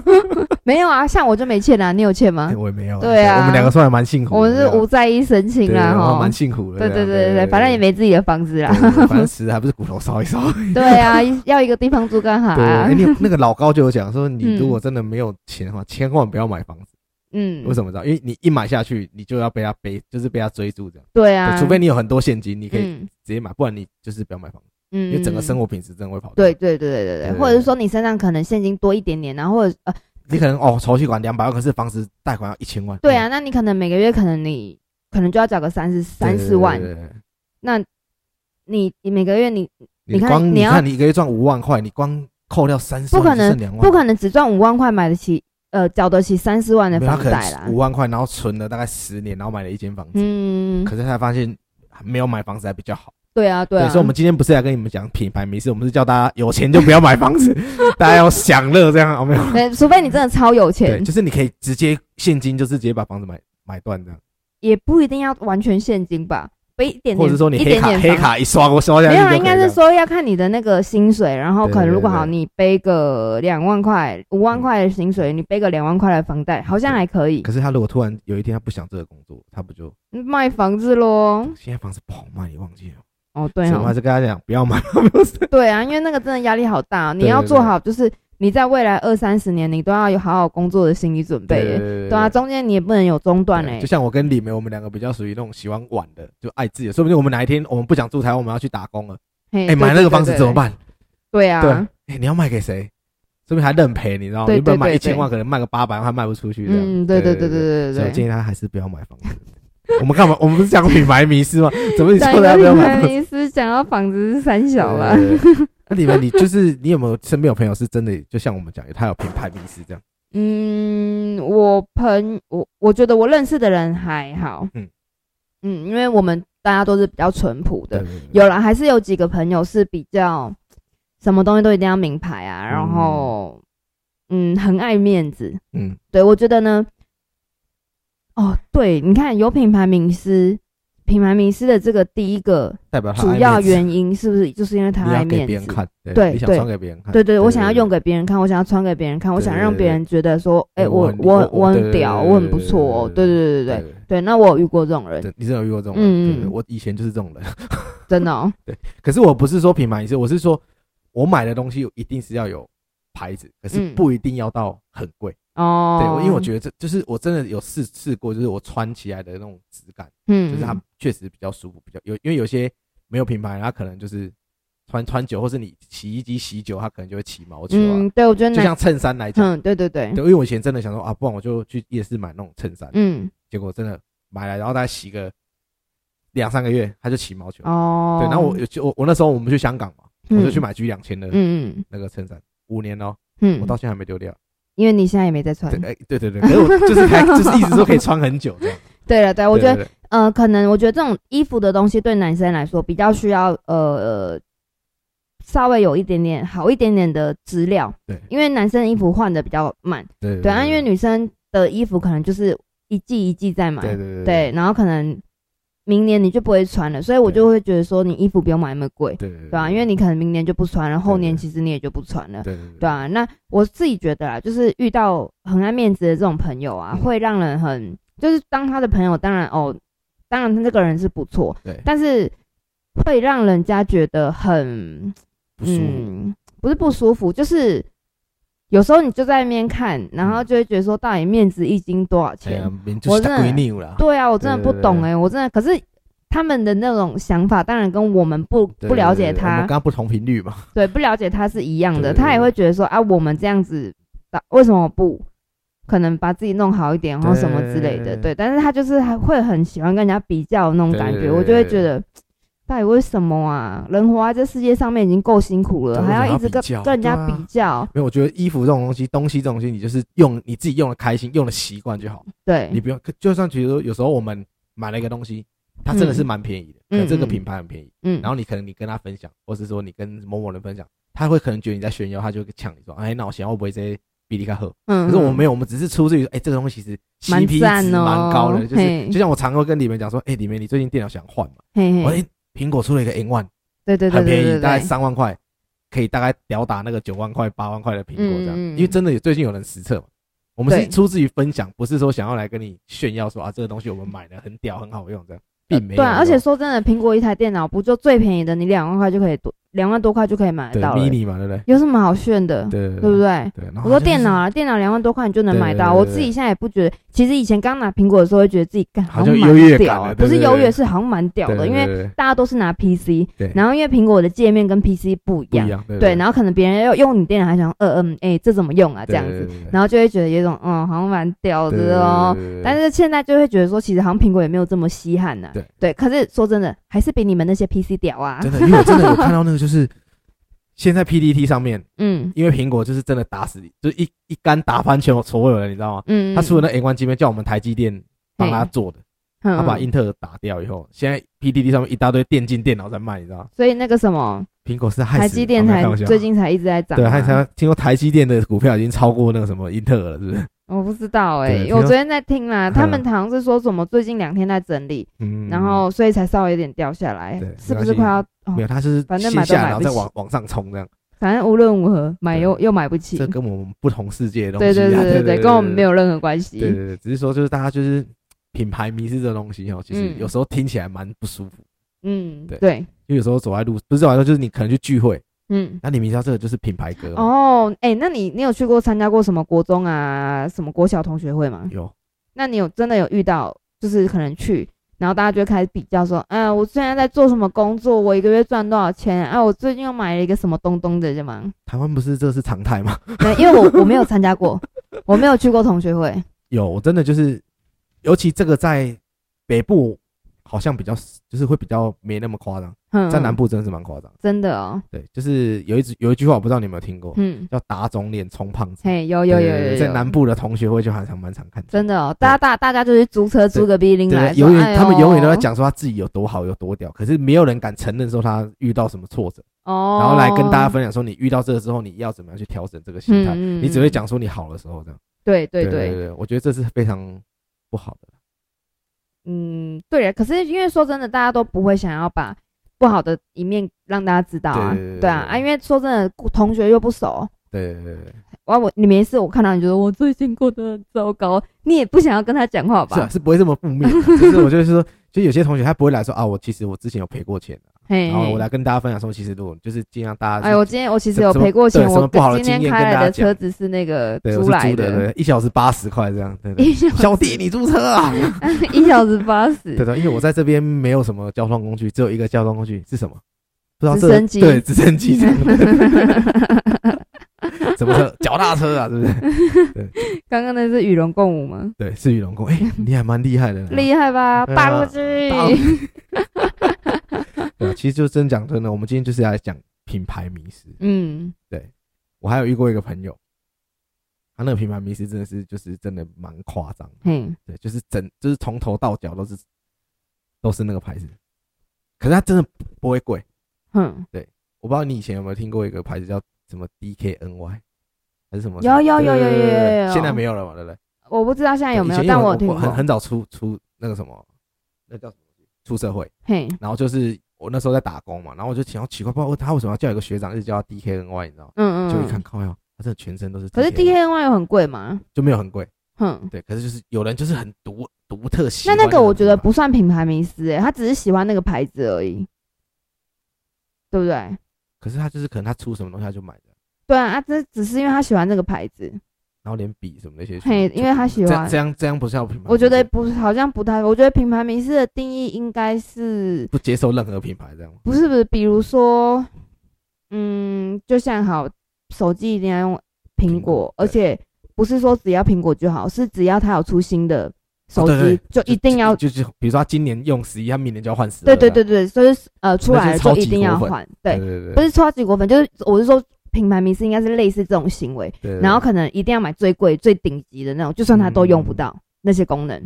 [SPEAKER 2] 没有啊，像我就没欠啊，你有欠吗
[SPEAKER 1] 哎？我也没有。
[SPEAKER 2] 对啊
[SPEAKER 1] 我们两个算还蛮幸苦的。
[SPEAKER 2] 我们
[SPEAKER 1] 对
[SPEAKER 2] 是
[SPEAKER 1] 啊
[SPEAKER 2] 无债一身轻
[SPEAKER 1] 对
[SPEAKER 2] 啦，
[SPEAKER 1] 我们
[SPEAKER 2] 哈
[SPEAKER 1] 蛮。幸苦的。啊
[SPEAKER 2] 啊对对
[SPEAKER 1] 对
[SPEAKER 2] 对对，反正也没啊自己的房子
[SPEAKER 1] 对。
[SPEAKER 2] 啦。
[SPEAKER 1] 对对反正死还不是骨头烧一 烧。
[SPEAKER 2] 对啊，要一个地方住干哈
[SPEAKER 1] 对，
[SPEAKER 2] 啊
[SPEAKER 1] 哎，？你有那个老高就有讲说，你
[SPEAKER 2] 嗯
[SPEAKER 1] 如果真的没有钱的话，千万不要买房子。
[SPEAKER 2] 嗯，
[SPEAKER 1] 为什么知道？因为你一买下去，你就要被他背，就是被他追逐这样。
[SPEAKER 2] 对啊，
[SPEAKER 1] 对除非你有很多现金，你可以
[SPEAKER 2] 嗯
[SPEAKER 1] 直接买，不然你就是不要买房子，
[SPEAKER 2] 嗯，
[SPEAKER 1] 因为整个生
[SPEAKER 2] 活
[SPEAKER 1] 活品质真的会跑。
[SPEAKER 2] 对，对对对对
[SPEAKER 1] 对
[SPEAKER 2] 对，
[SPEAKER 1] 对
[SPEAKER 2] 或者是说你身上可能现金多一点点，然后或者呃，
[SPEAKER 1] 你可能哦，筹期款两百万，可是房子贷款要一千万。嗯
[SPEAKER 2] 对啊，那你可能每个月可能你可能就要缴个三十
[SPEAKER 1] 对，
[SPEAKER 2] 三四万
[SPEAKER 1] 对，对对对
[SPEAKER 2] 那你你每个月你
[SPEAKER 1] 你
[SPEAKER 2] 你看
[SPEAKER 1] 光
[SPEAKER 2] 你
[SPEAKER 1] 你
[SPEAKER 2] 要
[SPEAKER 1] 看你一个月赚五万块，你光扣掉三十，
[SPEAKER 2] 不可能
[SPEAKER 1] 两万，
[SPEAKER 2] 不可能只赚五万块买得起，呃，缴得起三四万的
[SPEAKER 1] 没有
[SPEAKER 2] 房
[SPEAKER 1] 他可
[SPEAKER 2] 贷啦
[SPEAKER 1] 能五。万块，然后存了大概十年，然后买了一间房子，
[SPEAKER 2] 嗯，
[SPEAKER 1] 可是他发现没有买房子还比较好。
[SPEAKER 2] 对啊，对啊。
[SPEAKER 1] 所以我们今天不是来跟你们讲品牌迷失，我们是叫大家有钱就不要买房子， 大家要享乐这样，有没有？
[SPEAKER 2] 对，除非你真的超有
[SPEAKER 1] 对，
[SPEAKER 2] 钱，
[SPEAKER 1] 就是你可以直接现金，就是直接把房子买买断这样，
[SPEAKER 2] 也不一定要完全现金吧，背一点点，
[SPEAKER 1] 或者说你
[SPEAKER 2] 一
[SPEAKER 1] 黑
[SPEAKER 2] 点
[SPEAKER 1] 卡
[SPEAKER 2] 点
[SPEAKER 1] 黑
[SPEAKER 2] 房
[SPEAKER 1] 卡一刷我刷下去
[SPEAKER 2] 没有
[SPEAKER 1] 就可
[SPEAKER 2] 啊，
[SPEAKER 1] 以
[SPEAKER 2] 应该是
[SPEAKER 1] 了
[SPEAKER 2] 说要看你的那个薪水，然后
[SPEAKER 1] 对
[SPEAKER 2] 可能如果
[SPEAKER 1] 对对
[SPEAKER 2] 好，你背个两万块、五万块的薪水，你背个两万块的房贷，好像还可以
[SPEAKER 1] 可是他如果突然有一天他不想这个工作，他不就
[SPEAKER 2] 卖房子喽。
[SPEAKER 1] 现在房子不好卖，你忘记了？
[SPEAKER 2] 哦，嗯对
[SPEAKER 1] 所以我还
[SPEAKER 2] 哦，
[SPEAKER 1] 是跟他讲不要买，
[SPEAKER 2] 对啊，因为那个真的压力好大，啊你
[SPEAKER 1] 对
[SPEAKER 2] 要
[SPEAKER 1] 对
[SPEAKER 2] 做
[SPEAKER 1] 对
[SPEAKER 2] 好就是你在未来二三十年，你都要有好好工作的心理准备耶。
[SPEAKER 1] 对
[SPEAKER 2] 对啊，中间你也不能有中断
[SPEAKER 1] 对
[SPEAKER 2] 哎
[SPEAKER 1] 就。像我跟李梅，我们两个比较属于那种喜欢玩的，就爱自由。说不定我们哪一天我们不想住台湾，我们要去打工了，
[SPEAKER 2] 哎
[SPEAKER 1] 哎、买那个房子怎么？办？
[SPEAKER 2] 对对对对对
[SPEAKER 1] 对，
[SPEAKER 2] 啊
[SPEAKER 1] 哎、，你要卖给谁？说不定还认赔，你知道吗？
[SPEAKER 2] 对
[SPEAKER 1] 原本买
[SPEAKER 2] 对
[SPEAKER 1] 一
[SPEAKER 2] 对
[SPEAKER 1] 千万，可能卖个八百万还卖不出去这样。
[SPEAKER 2] 嗯，对对对对
[SPEAKER 1] 所
[SPEAKER 2] 对
[SPEAKER 1] 以
[SPEAKER 2] 对
[SPEAKER 1] 我建
[SPEAKER 2] 对。
[SPEAKER 1] 议他还是不要买房子。我们干嘛？ 我们不是讲品牌迷失 吗？怎么你说他不要
[SPEAKER 2] 讲
[SPEAKER 1] 买
[SPEAKER 2] 还
[SPEAKER 1] 房子？
[SPEAKER 2] 没是讲到房子是三小了。
[SPEAKER 1] 对。对对对那李梅，你就是你有没有身边有朋友是真的，就像我们讲的，他有品牌迷失这样？
[SPEAKER 2] 嗯，我朋我我觉得我认识的人还好，
[SPEAKER 1] 嗯
[SPEAKER 2] 嗯因为我们大家都是比较淳朴的，
[SPEAKER 1] 对对
[SPEAKER 2] 有了还是有几个朋友是比较什么东西都一定要名牌啊，然后嗯很爱面子，
[SPEAKER 1] 嗯，
[SPEAKER 2] 对我觉得呢，哦对，你看有品牌名师，品牌名师的这个第一个
[SPEAKER 1] 代表他
[SPEAKER 2] 主
[SPEAKER 1] 爱
[SPEAKER 2] 要
[SPEAKER 1] 面子
[SPEAKER 2] 原因是不是就是因为他
[SPEAKER 1] 你
[SPEAKER 2] 爱
[SPEAKER 1] 要给
[SPEAKER 2] 面
[SPEAKER 1] 别人
[SPEAKER 2] 子？
[SPEAKER 1] 看，
[SPEAKER 2] 对
[SPEAKER 1] 你想
[SPEAKER 2] 对
[SPEAKER 1] 穿给别人看，
[SPEAKER 2] 对对，我想要
[SPEAKER 1] 对
[SPEAKER 2] 用给别人看，我想要穿给别人看，我想
[SPEAKER 1] 对
[SPEAKER 2] 让别人觉得说，
[SPEAKER 1] 对
[SPEAKER 2] 哎，我
[SPEAKER 1] 我
[SPEAKER 2] 我
[SPEAKER 1] 很我
[SPEAKER 2] 我
[SPEAKER 1] 对
[SPEAKER 2] 很屌，
[SPEAKER 1] 对
[SPEAKER 2] 我很
[SPEAKER 1] 对
[SPEAKER 2] 不
[SPEAKER 1] 对
[SPEAKER 2] 错哦，对对对对对对。那我有遇过这种人，
[SPEAKER 1] 对，你真的有遇过这种
[SPEAKER 2] 嗯
[SPEAKER 1] 人？
[SPEAKER 2] 嗯
[SPEAKER 1] 对我以前就是这种人。
[SPEAKER 2] 真的哦，
[SPEAKER 1] 可是我不是说品牌意思，我是说我买的东西一定是要有牌子，可是
[SPEAKER 2] 嗯
[SPEAKER 1] 不一定要到很贵。
[SPEAKER 2] 哦，
[SPEAKER 1] 对，我因为我觉得这就是我真的有试试过，就是我穿起来的那种质感，
[SPEAKER 2] 嗯，
[SPEAKER 1] 就是它确实比较舒服，比较有，因为有些没有品牌，它可能就是穿穿久，或是你洗衣机洗久，它可能就会起毛球啊。
[SPEAKER 2] 嗯，对我觉得
[SPEAKER 1] 就
[SPEAKER 2] 男，
[SPEAKER 1] 像衬衫来讲，
[SPEAKER 2] 嗯，对对对，
[SPEAKER 1] 对，因为我以前真的想说啊，不然我就去夜市买那种衬衫，
[SPEAKER 2] 嗯，
[SPEAKER 1] 结果真的买来，然后大概洗个两三个月，它就起毛球。
[SPEAKER 2] 哦，
[SPEAKER 1] 对，然后我就我我那时候我们去香港嘛，我就去
[SPEAKER 2] 嗯，
[SPEAKER 1] 买 G 两千的
[SPEAKER 2] 嗯嗯
[SPEAKER 1] 那个衬衫，五年哦，
[SPEAKER 2] 嗯，
[SPEAKER 1] 我到现在还没丢掉。
[SPEAKER 2] 因为你现在也没在穿
[SPEAKER 1] 对，，哎，对对对，可是 我就是还就是一直都可以穿很久这样。
[SPEAKER 2] 对了， 对，我
[SPEAKER 1] 对
[SPEAKER 2] 觉得
[SPEAKER 1] 对对
[SPEAKER 2] 呃，可能我觉得这种衣服的东西对男生来说比较需要呃稍微有一点点好一点点的资料，
[SPEAKER 1] 对
[SPEAKER 2] 因为男生的衣服换的比较慢，
[SPEAKER 1] 对对
[SPEAKER 2] 对啊，因为女生的衣服可能就是一季一季在买，
[SPEAKER 1] 对对对
[SPEAKER 2] 对啊然后可能明年你就不会穿了，所以我就会觉得说你衣服不用买那么贵，
[SPEAKER 1] 对对
[SPEAKER 2] 对啊，因为你可能明年就不穿了，后
[SPEAKER 1] 对
[SPEAKER 2] 年其实你也就不穿了。
[SPEAKER 1] 对对对
[SPEAKER 2] 对啊，那我自己觉得啦，啊就是遇到很爱面子的这种朋友啊，
[SPEAKER 1] 嗯
[SPEAKER 2] 会让人很就是当他的朋友，当然哦，当然他这个人是不错，
[SPEAKER 1] 对
[SPEAKER 2] 但是会让人家觉得很
[SPEAKER 1] 不舒服。
[SPEAKER 2] 嗯，不是不舒服，就是有时候你就在那边看，然后就会觉得说，到底面子一斤多少
[SPEAKER 1] 嗯哎
[SPEAKER 2] 钱？
[SPEAKER 1] 呀，明就是
[SPEAKER 2] 真的
[SPEAKER 1] 闺女啦。
[SPEAKER 2] 对啊，我真的不懂哎、
[SPEAKER 1] 对
[SPEAKER 2] 我真的可是。他们的那种想法，当然跟我们不
[SPEAKER 1] 对
[SPEAKER 2] 不了解
[SPEAKER 1] 对对对我
[SPEAKER 2] 他
[SPEAKER 1] 们，刚刚不同频率嘛。
[SPEAKER 2] 对，不了解他是一样
[SPEAKER 1] 对
[SPEAKER 2] 的，
[SPEAKER 1] 对对
[SPEAKER 2] 他也会觉得说啊，我们这样子，啊为什么不可能把自己弄好一点，然后什么之类的，
[SPEAKER 1] 对
[SPEAKER 2] 对。但是他就是还会很喜欢跟人家比较那种感
[SPEAKER 1] 对对
[SPEAKER 2] 觉，
[SPEAKER 1] 对对
[SPEAKER 2] 我就会觉得，到底为什么啊？人活在这世界上面已经够辛苦了，
[SPEAKER 1] 对
[SPEAKER 2] 还
[SPEAKER 1] 为什么
[SPEAKER 2] 一直
[SPEAKER 1] 要
[SPEAKER 2] 跟
[SPEAKER 1] 比较
[SPEAKER 2] 跟
[SPEAKER 1] 对
[SPEAKER 2] 人家
[SPEAKER 1] 啊
[SPEAKER 2] 比较，
[SPEAKER 1] 没有，我觉得衣服这种东西，东西这种东西，你就是用你自己用的开心，用的习惯就好。你
[SPEAKER 2] 对，
[SPEAKER 1] 不用，可就算其实说有时候我们买了一个东西，它真的是蛮便宜的，
[SPEAKER 2] 嗯
[SPEAKER 1] 可这个
[SPEAKER 2] 嗯
[SPEAKER 1] 品牌很便宜，
[SPEAKER 2] 嗯
[SPEAKER 1] 然，后你可能你跟他分享，或是说你跟某某人分享，他会可能觉得你在炫耀，他就抢你说，哎，那我想要不会这些比你卡好？
[SPEAKER 2] 嗯，
[SPEAKER 1] 可是我没有，我们只是出自于说，哎，这个东西其实 CP
[SPEAKER 2] 蛮
[SPEAKER 1] 值
[SPEAKER 2] 赞哦
[SPEAKER 1] 蛮高的，就是
[SPEAKER 2] 嘿
[SPEAKER 1] 就像我常会跟李梅讲说，哎，李梅，你最近电脑想换嘛？
[SPEAKER 2] 嘿
[SPEAKER 1] 我
[SPEAKER 2] 嘿，
[SPEAKER 1] 哎，苹果出了一个 N One，
[SPEAKER 2] 对对对
[SPEAKER 1] 很
[SPEAKER 2] 对
[SPEAKER 1] 便
[SPEAKER 2] 对
[SPEAKER 1] 宜，
[SPEAKER 2] 对，
[SPEAKER 1] 大概三万块，可以大概吊打那个九万块、八万块的苹果这样。
[SPEAKER 2] 嗯嗯嗯
[SPEAKER 1] 因为真的有最近有人实测嘛，我们是
[SPEAKER 2] 对
[SPEAKER 1] 出自于分享，不是说想要来跟你炫耀说啊这个东西我们买的很屌、很好用这样，并没有。
[SPEAKER 2] 对啊，而且说真的，苹果一台电脑不就最便宜的，你两万块就可以多两万多块就可以买得
[SPEAKER 1] 对
[SPEAKER 2] 到了，
[SPEAKER 1] mini 嘛，对不对？
[SPEAKER 2] 有什么好炫的？
[SPEAKER 1] 对
[SPEAKER 2] 对不
[SPEAKER 1] 对
[SPEAKER 2] 对？
[SPEAKER 1] 对。然后
[SPEAKER 2] 我说
[SPEAKER 1] 好像
[SPEAKER 2] 电
[SPEAKER 1] 是
[SPEAKER 2] 脑啊，电脑两万多块你就能
[SPEAKER 1] 对
[SPEAKER 2] 买
[SPEAKER 1] 对
[SPEAKER 2] 到。
[SPEAKER 1] 对
[SPEAKER 2] 我
[SPEAKER 1] 对
[SPEAKER 2] 自己现在也不觉得，其实以前刚拿苹果的时候，会觉得自己干
[SPEAKER 1] 好像
[SPEAKER 2] 像蛮
[SPEAKER 1] 优越感
[SPEAKER 2] 屌
[SPEAKER 1] 了
[SPEAKER 2] 的，
[SPEAKER 1] 对
[SPEAKER 2] 不是
[SPEAKER 1] 对
[SPEAKER 2] 优
[SPEAKER 1] 对
[SPEAKER 2] 越，是好像蛮屌
[SPEAKER 1] 对
[SPEAKER 2] 的，
[SPEAKER 1] 对
[SPEAKER 2] 因为
[SPEAKER 1] 对对
[SPEAKER 2] 大家都是拿 PC，
[SPEAKER 1] 对
[SPEAKER 2] 然后因为苹果的界面跟 PC 不一
[SPEAKER 1] 不
[SPEAKER 2] 样
[SPEAKER 1] 一，样，对
[SPEAKER 2] 对，然后可能别人要用你电脑，还想呃嗯哎这怎么用啊这样子，，然后就会觉得有一种嗯好像蛮屌的哦，但
[SPEAKER 1] 是
[SPEAKER 2] 是现在就会觉得说，其实好像苹果也没有这么稀罕呐、
[SPEAKER 1] 对
[SPEAKER 2] 可是说真的，还是比你们那些 PC 屌啊。
[SPEAKER 1] 真的，因为我真的有看到那个就是。现在 PDT 上面，
[SPEAKER 2] 嗯
[SPEAKER 1] 因为苹果就是真的打死你，就是一一竿打翻全所有人，你知道吗？
[SPEAKER 2] 嗯，
[SPEAKER 1] 他出了那 N 1晶片，叫我们台积电帮他做的，
[SPEAKER 2] 嗯，
[SPEAKER 1] 他把
[SPEAKER 2] 嗯
[SPEAKER 1] 英特尔打掉以后，现在 PDD 上面一大堆电竞电脑在卖，你知道吗？
[SPEAKER 2] 所以那个什么
[SPEAKER 1] 苹果是害死
[SPEAKER 2] 台积电
[SPEAKER 1] 啊没有
[SPEAKER 2] 才
[SPEAKER 1] 开玩笑
[SPEAKER 2] 最近才一直在涨、啊，
[SPEAKER 1] 对，还才听说台积电的股票已经超过那个什么英特尔了，是不是？
[SPEAKER 2] 我不知道哎、
[SPEAKER 1] 对
[SPEAKER 2] 因
[SPEAKER 1] 听
[SPEAKER 2] 为
[SPEAKER 1] 说
[SPEAKER 2] 我昨天在听啦，
[SPEAKER 1] 嗯
[SPEAKER 2] 他们好像是说什么最近两天在整理，
[SPEAKER 1] 嗯，
[SPEAKER 2] 然后所以才稍微有点掉下来
[SPEAKER 1] 对，
[SPEAKER 2] 是
[SPEAKER 1] 没
[SPEAKER 2] 不
[SPEAKER 1] 关
[SPEAKER 2] 是
[SPEAKER 1] 系
[SPEAKER 2] 快要？哦
[SPEAKER 1] 没有，他是
[SPEAKER 2] 反正
[SPEAKER 1] 先
[SPEAKER 2] 买都
[SPEAKER 1] 下，
[SPEAKER 2] 买
[SPEAKER 1] 然后
[SPEAKER 2] 不
[SPEAKER 1] 再
[SPEAKER 2] 起
[SPEAKER 1] 往往上冲这样，
[SPEAKER 2] 反正无论如何买
[SPEAKER 1] 对
[SPEAKER 2] 又又买不起，
[SPEAKER 1] 这跟我们不同世界的东西
[SPEAKER 2] 对
[SPEAKER 1] 啊，
[SPEAKER 2] 对对
[SPEAKER 1] 对
[SPEAKER 2] 对，跟我们没。有任何关系。
[SPEAKER 1] 对对对，只是说就是大家就是品牌迷失这东西哦，其实有时候听起来蛮不舒服，
[SPEAKER 2] 嗯，
[SPEAKER 1] 对
[SPEAKER 2] 对，
[SPEAKER 1] 因为有时候走在路不是走在路，就是你可能去聚会，
[SPEAKER 2] 嗯。
[SPEAKER 1] 那你明知道这个就是品牌歌嘛，
[SPEAKER 2] 哦，哎、那你你有去过参加过什么国中啊、什么国小同学会吗？
[SPEAKER 1] 有
[SPEAKER 2] 那你有真的有遇到，就是可能去，然后大家就会开始比较说，啊，我现在在做什么工作，我一个月赚多少钱，啊，我最近又买了一个什么东东的，对吗？
[SPEAKER 1] 台湾不是这是常态吗？
[SPEAKER 2] 对，因为我我没有参加过，我没有去过同学会，
[SPEAKER 1] 有，我真的就是，尤其这个在北部好像比较，就是会比较没那么夸张，
[SPEAKER 2] 嗯，
[SPEAKER 1] 在南部真的是蛮夸张。
[SPEAKER 2] 真的哦，
[SPEAKER 1] 对，就是有一句有一句话，我不知道你有没有听过，
[SPEAKER 2] 嗯，
[SPEAKER 1] 叫“打肿脸充胖子”。
[SPEAKER 2] 嘿，有有
[SPEAKER 1] 哦
[SPEAKER 2] 有
[SPEAKER 1] 对对
[SPEAKER 2] 有
[SPEAKER 1] 对
[SPEAKER 2] 有，
[SPEAKER 1] 在南部的同学会就还常蛮常看见。
[SPEAKER 2] 真的哦，大家大大家就是租车租个 B 零
[SPEAKER 1] 对
[SPEAKER 2] 来，
[SPEAKER 1] 对，永
[SPEAKER 2] 说哎
[SPEAKER 1] 远
[SPEAKER 2] 呦
[SPEAKER 1] 他们永远都在讲说他啊自己有多好有多屌，可是没有人敢承认说他遇到什么挫折，
[SPEAKER 2] 哦，
[SPEAKER 1] 然后来跟大家分享说你遇到这个之后你要怎么样去调整这个心态，
[SPEAKER 2] 嗯嗯嗯
[SPEAKER 1] 你只会讲说你好的时候这样。
[SPEAKER 2] 嗯对对
[SPEAKER 1] 对
[SPEAKER 2] 对，
[SPEAKER 1] 对，我觉得这是非常不好的。
[SPEAKER 2] 嗯，对呀，可是因为说真的，大家都不会想要把不好的一面让大家知道啊，
[SPEAKER 1] 对对对
[SPEAKER 2] 啊，
[SPEAKER 1] 对
[SPEAKER 2] 啊，因为说真的，同学又不熟，
[SPEAKER 1] 对对对对。
[SPEAKER 2] 哇，我你没事，我看到你觉得我最近过得很糟糕，你也不想要跟他讲话
[SPEAKER 1] 是啊，
[SPEAKER 2] 吧？
[SPEAKER 1] 是不会这么负面的。 就是我就是说，就有些同学他不会来说啊，我其实我之前有赔过钱的，
[SPEAKER 2] 嘿
[SPEAKER 1] 然后我
[SPEAKER 2] 嘿，
[SPEAKER 1] 来跟大家分享说，其实如果就是尽量大家，
[SPEAKER 2] 哎哎，我今天我其实
[SPEAKER 1] 怎
[SPEAKER 2] 有
[SPEAKER 1] 怎么
[SPEAKER 2] 赔过钱，
[SPEAKER 1] 对什么
[SPEAKER 2] 我
[SPEAKER 1] 不好的
[SPEAKER 2] 今天
[SPEAKER 1] 经验
[SPEAKER 2] 开
[SPEAKER 1] 跟大家
[SPEAKER 2] 来的车
[SPEAKER 1] 讲
[SPEAKER 2] 子是那个
[SPEAKER 1] 对，我是
[SPEAKER 2] 来哎
[SPEAKER 1] 租的， 对，一小时八十块这样，对对。
[SPEAKER 2] 一小
[SPEAKER 1] 小弟，你租车啊？
[SPEAKER 2] 一小时八
[SPEAKER 1] 对
[SPEAKER 2] 十，
[SPEAKER 1] 的，因为我在这边没有什么交通工具，只有一个交通工具是什么？不知道
[SPEAKER 2] 直
[SPEAKER 1] 这个
[SPEAKER 2] 升机
[SPEAKER 1] 对，直升机这样， 什么车？脚踏车啊，是不是？
[SPEAKER 2] 刚刚那是与龙共舞吗？
[SPEAKER 1] 对，是与龙共。哎，你还蛮厉害的呢。
[SPEAKER 2] 厉害吧，
[SPEAKER 1] 对啊
[SPEAKER 2] 霸过去，
[SPEAKER 1] 大陆 对，啊其实就真讲真的，我们今天就是来讲品牌迷失。
[SPEAKER 2] 嗯，
[SPEAKER 1] 我还有遇过一个朋友，他那个品牌迷失真的是就是真的蛮夸张的，
[SPEAKER 2] 嘿，
[SPEAKER 1] 对，就是整就是从头到脚都是都是那个牌子，可是它真的不不会贵。
[SPEAKER 2] 哼，
[SPEAKER 1] 我不知道你以前有没有听过一个牌子叫什么 DKNY 还是什么？
[SPEAKER 2] 有有有有
[SPEAKER 1] 对对对对对
[SPEAKER 2] 有有有
[SPEAKER 1] 现在没有了嘛，对不对？
[SPEAKER 2] 我不知道现在有没有，
[SPEAKER 1] 以前
[SPEAKER 2] 但
[SPEAKER 1] 我
[SPEAKER 2] 我有听过，
[SPEAKER 1] 很很早出出那个什么，那叫什么？出社会，
[SPEAKER 2] 嘿，
[SPEAKER 1] 然后就是我那时候在打工嘛，然后我就想要奇怪，不知道他为什么要叫一个学长一直叫他 DKNY，你知道吗？
[SPEAKER 2] 嗯嗯，
[SPEAKER 1] 就一
[SPEAKER 2] 嗯
[SPEAKER 1] 看，靠呀，他真的全身都是 DKNY。
[SPEAKER 2] 可是 D K N Y 有很贵吗？
[SPEAKER 1] 就没有很贵。
[SPEAKER 2] 哼，
[SPEAKER 1] 对，可是就是有人就是很独独特喜
[SPEAKER 2] 那
[SPEAKER 1] 欢
[SPEAKER 2] 那个我觉得
[SPEAKER 1] 品牌
[SPEAKER 2] 不算品牌迷思、欸，他只是喜欢那个牌子而已，对不对？
[SPEAKER 1] 可是他就是可能他出什么东西他就买的，
[SPEAKER 2] 对啊，啊这只是因为他喜欢那个牌子，
[SPEAKER 1] 然后连笔什么那些，
[SPEAKER 2] 嘿，
[SPEAKER 1] 就
[SPEAKER 2] 因为他喜
[SPEAKER 1] 这样
[SPEAKER 2] 欢
[SPEAKER 1] 这。样这样不叫品牌，
[SPEAKER 2] 我觉得
[SPEAKER 1] 就是
[SPEAKER 2] 不，好像不太，我觉得品牌迷思的定义应该是
[SPEAKER 1] 不接受任何品牌这样吗。
[SPEAKER 2] 不是不是？比如说，嗯，就像好，手机一定要用苹
[SPEAKER 1] 苹
[SPEAKER 2] 果
[SPEAKER 1] 果，
[SPEAKER 2] 而且不是说只要苹果就好，是只要它有出新的手
[SPEAKER 1] 哦对对
[SPEAKER 2] 机，就
[SPEAKER 1] 就
[SPEAKER 2] 一定要
[SPEAKER 1] 就就就比如说他今年用十一，他明年就要换十。
[SPEAKER 2] 对对对对，所以是呃出
[SPEAKER 1] 那
[SPEAKER 2] 来
[SPEAKER 1] 是
[SPEAKER 2] 了
[SPEAKER 1] 超
[SPEAKER 2] 就一
[SPEAKER 1] 级
[SPEAKER 2] 定
[SPEAKER 1] 果
[SPEAKER 2] 要
[SPEAKER 1] 粉
[SPEAKER 2] 换，
[SPEAKER 1] 对
[SPEAKER 2] 对，
[SPEAKER 1] 对对，
[SPEAKER 2] 不是超级果粉，就是我是说品牌名是应该是类似这种行为，
[SPEAKER 1] 对，对
[SPEAKER 2] 然后可能一定要买最贵、最顶级的那种，就算它都用不
[SPEAKER 1] 嗯
[SPEAKER 2] 到那些功能，